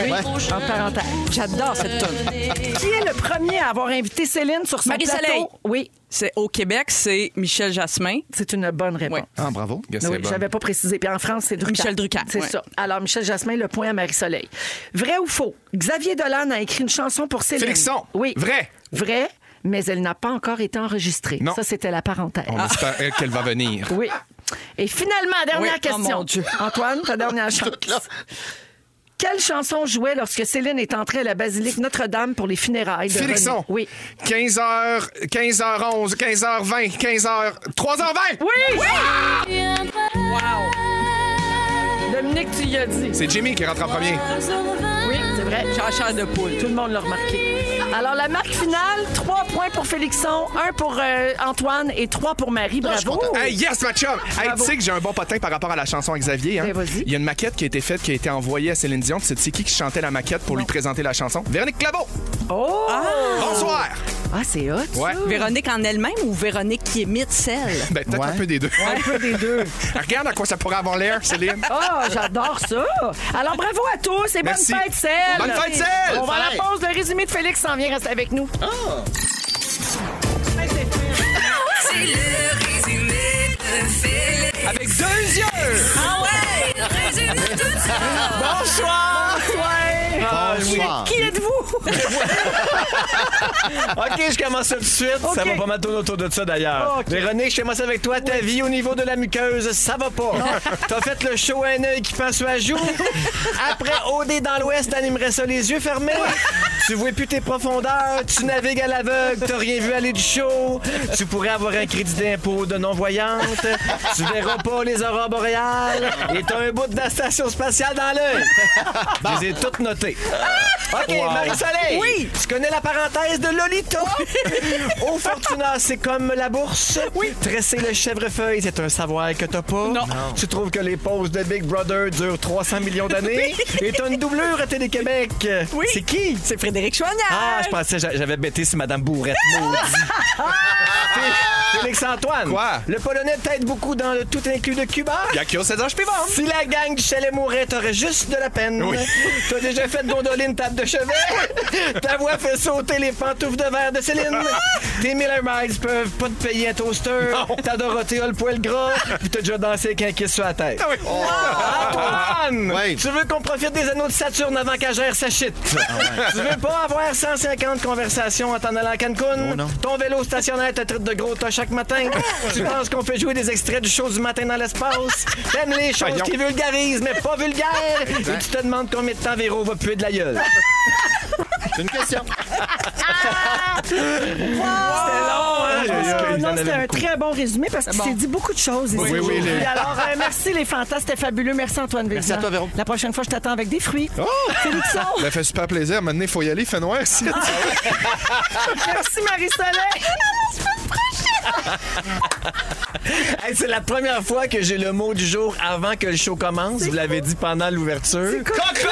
B: parenthèse.
D: J'adore
B: Euh,
D: cette tonne.
B: Qui est le premier à avoir invité Céline sur son
D: Marie-Soleil.
B: plateau? Oui,
D: C'est au Québec, c'est Michel Jasmin.
B: c'est une bonne réponse.
D: Ouais.
E: Ah, bravo.
C: Que c'est
B: Oui,
C: bon.
B: j'avais pas précisé. Puis en France, c'est Drucker.
D: Michel Drucker,
B: C'est
D: ouais.
B: ça. Alors, Michel Jasmin, le point à Marie-Soleil. Vrai ou faux? Xavier Dolan a écrit une chanson pour Céline.
C: Félixon.
B: Oui.
C: Vrai.
B: Vrai, mais elle n'a pas encore été enregistrée.
C: Non.
B: Ça, c'était la parenthèse.
C: On espère qu'elle va venir.
B: Ah. Oui. Et finalement, dernière
D: Oui. Oh,
B: question.
D: mon Dieu.
B: Antoine, ta dernière chance. Quelle chanson jouait lorsque Céline est entrée à la basilique Notre-Dame pour les funérailles? de
C: Félixon.
B: René? Oui.
C: 15h, 15h11, 15h20, 15h, 3h20.
B: Oui!
D: Wow.
B: Dominique, tu y as dit.
C: C'est Jimmy qui rentre en premier.
B: Oui, c'est vrai.
D: Chacha de poule.
B: Tout le monde l'a remarqué. Alors, la marque finale, trois points pour Félixon, un pour euh, Antoine et trois pour Marie. Bravo!
C: Hey, yes, ma chum! Hey, tu sais que j'ai un bon potin par rapport à la chanson à Xavier. Hein?
B: Ben, vas-y.
C: Il y a une maquette qui a été faite, qui a été envoyée à Céline Dion. Tu sais, tu sais qui qui chantait la maquette pour lui présenter la chanson? Véronique Claveau!
B: Oh!
C: Bonsoir!
B: Ah, c'est hot, ça.
C: Ouais.
D: Véronique en elle-même ou Véronique qui émite celle?
C: Ben, peut-être
E: Ouais.
C: un peu des deux.
B: Un peu des deux.
C: Regarde à quoi ça pourrait avoir l'air, Céline.
B: Ah, j'adore ça. Alors, bravo à tous et bonne
C: Merci.
B: fête, Celle.
C: Bonne fête, Celle.
B: On va à la
E: Fête.
B: pause. Le résumé de Félix s'en vient. Reste avec nous.
F: C'est le résumé
J: deux yeux.
H: Ah ouais! Résume-nous tout ça!
K: Bonsoir!
E: Bonsoir.
B: Qui êtes-vous?
C: OK, je commence tout de suite. Ça
B: OK.
C: va pas mal tourner autour de ça, d'ailleurs.
B: OK.
C: Véronique, je commence avec toi. Ta vie au niveau de la muqueuse, ça va pas. T'as fait le show à un œil qui passe sur la joue. Après, OD dans l'Ouest, t'animerais ça les yeux fermés. tu vois plus tes profondeurs. Tu navigues à l'aveugle. T'as rien vu aller du show. Tu pourrais avoir un crédit d'impôt de non-voyante. tu verras pas les aurores boréales. Et t'as un bout de la station spatiale dans l'œil. Je les ai toutes notées. OK, Marie-Soleil.
D: Oui.
C: Tu connais la parenthèse de Lolita? Au Fortuna, c'est comme la bourse. Oui. Tresser le chèvrefeuille, c'est un savoir que t'as pas. Non. Tu trouves que les pauses de Big Brother durent 300 millions d'années. Et t'as une doublure à Télé-Québec.
D: Oui.
C: C'est qui?
D: C'est Frédéric Choignard.
C: Ah, je pensais j'a- j'avais bêté sur Madame Bourrette. maudit. Fé- Félix-Antoine.
L: Quoi?
C: Le Polonais t'aide beaucoup dans le tout inclus de Cuba.
L: Il y a qui c'est dans je peux vendre.
C: Si la gang du chalet mourait, t'aurais juste de la peine.
L: Oui.
C: T'as déjà fait gondoline table de chevet. Ta voix fait sauter les pantoufles de verre de Céline. Tes Miller Miles peuvent pas te payer un toaster. T'as Dorothée a le poil gras. Puis t'as déjà dansé avec un kiss sur la tête. Ah,
L: oui.
C: Antoine!
E: Oui.
C: Tu veux qu'on profite des anneaux de Saturne avant qu'elle gère sa shit.
E: Ah
C: Tu veux pas avoir 150 conversations en t'en allant à Cancun?
E: Oh non.
C: Ton vélo stationnaire te traite de gros tas chaque matin. tu penses qu'on fait jouer des extraits du show du matin dans l'espace? T'aimes les choses
L: Voyons.
C: qui vulgarisent, mais pas vulgaires. Et tu te demandes combien de temps Véro va puer de la gueule.
E: C'est une question.
C: C'était long, hein?
B: Ah, non, c'était un très bon résumé parce qu'il s'est dit beaucoup de choses. ici
L: oui,
B: aujourd'hui.
L: les-
B: Alors, euh, merci les fantasmes, c'était fabuleux. Merci Antoine Vézina.
E: à toi, Véro.
B: La prochaine fois, je t'attends avec des fruits. Félixon,
L: Oh! Ça fait super plaisir. Maintenant, il faut y aller. Il fait noir ici.
B: merci Marie-Soleil.
C: Hey, c'est la première fois que j'ai le mot du jour avant que le show commence. Vous l'avez dit pendant l'ouverture. Coquelin!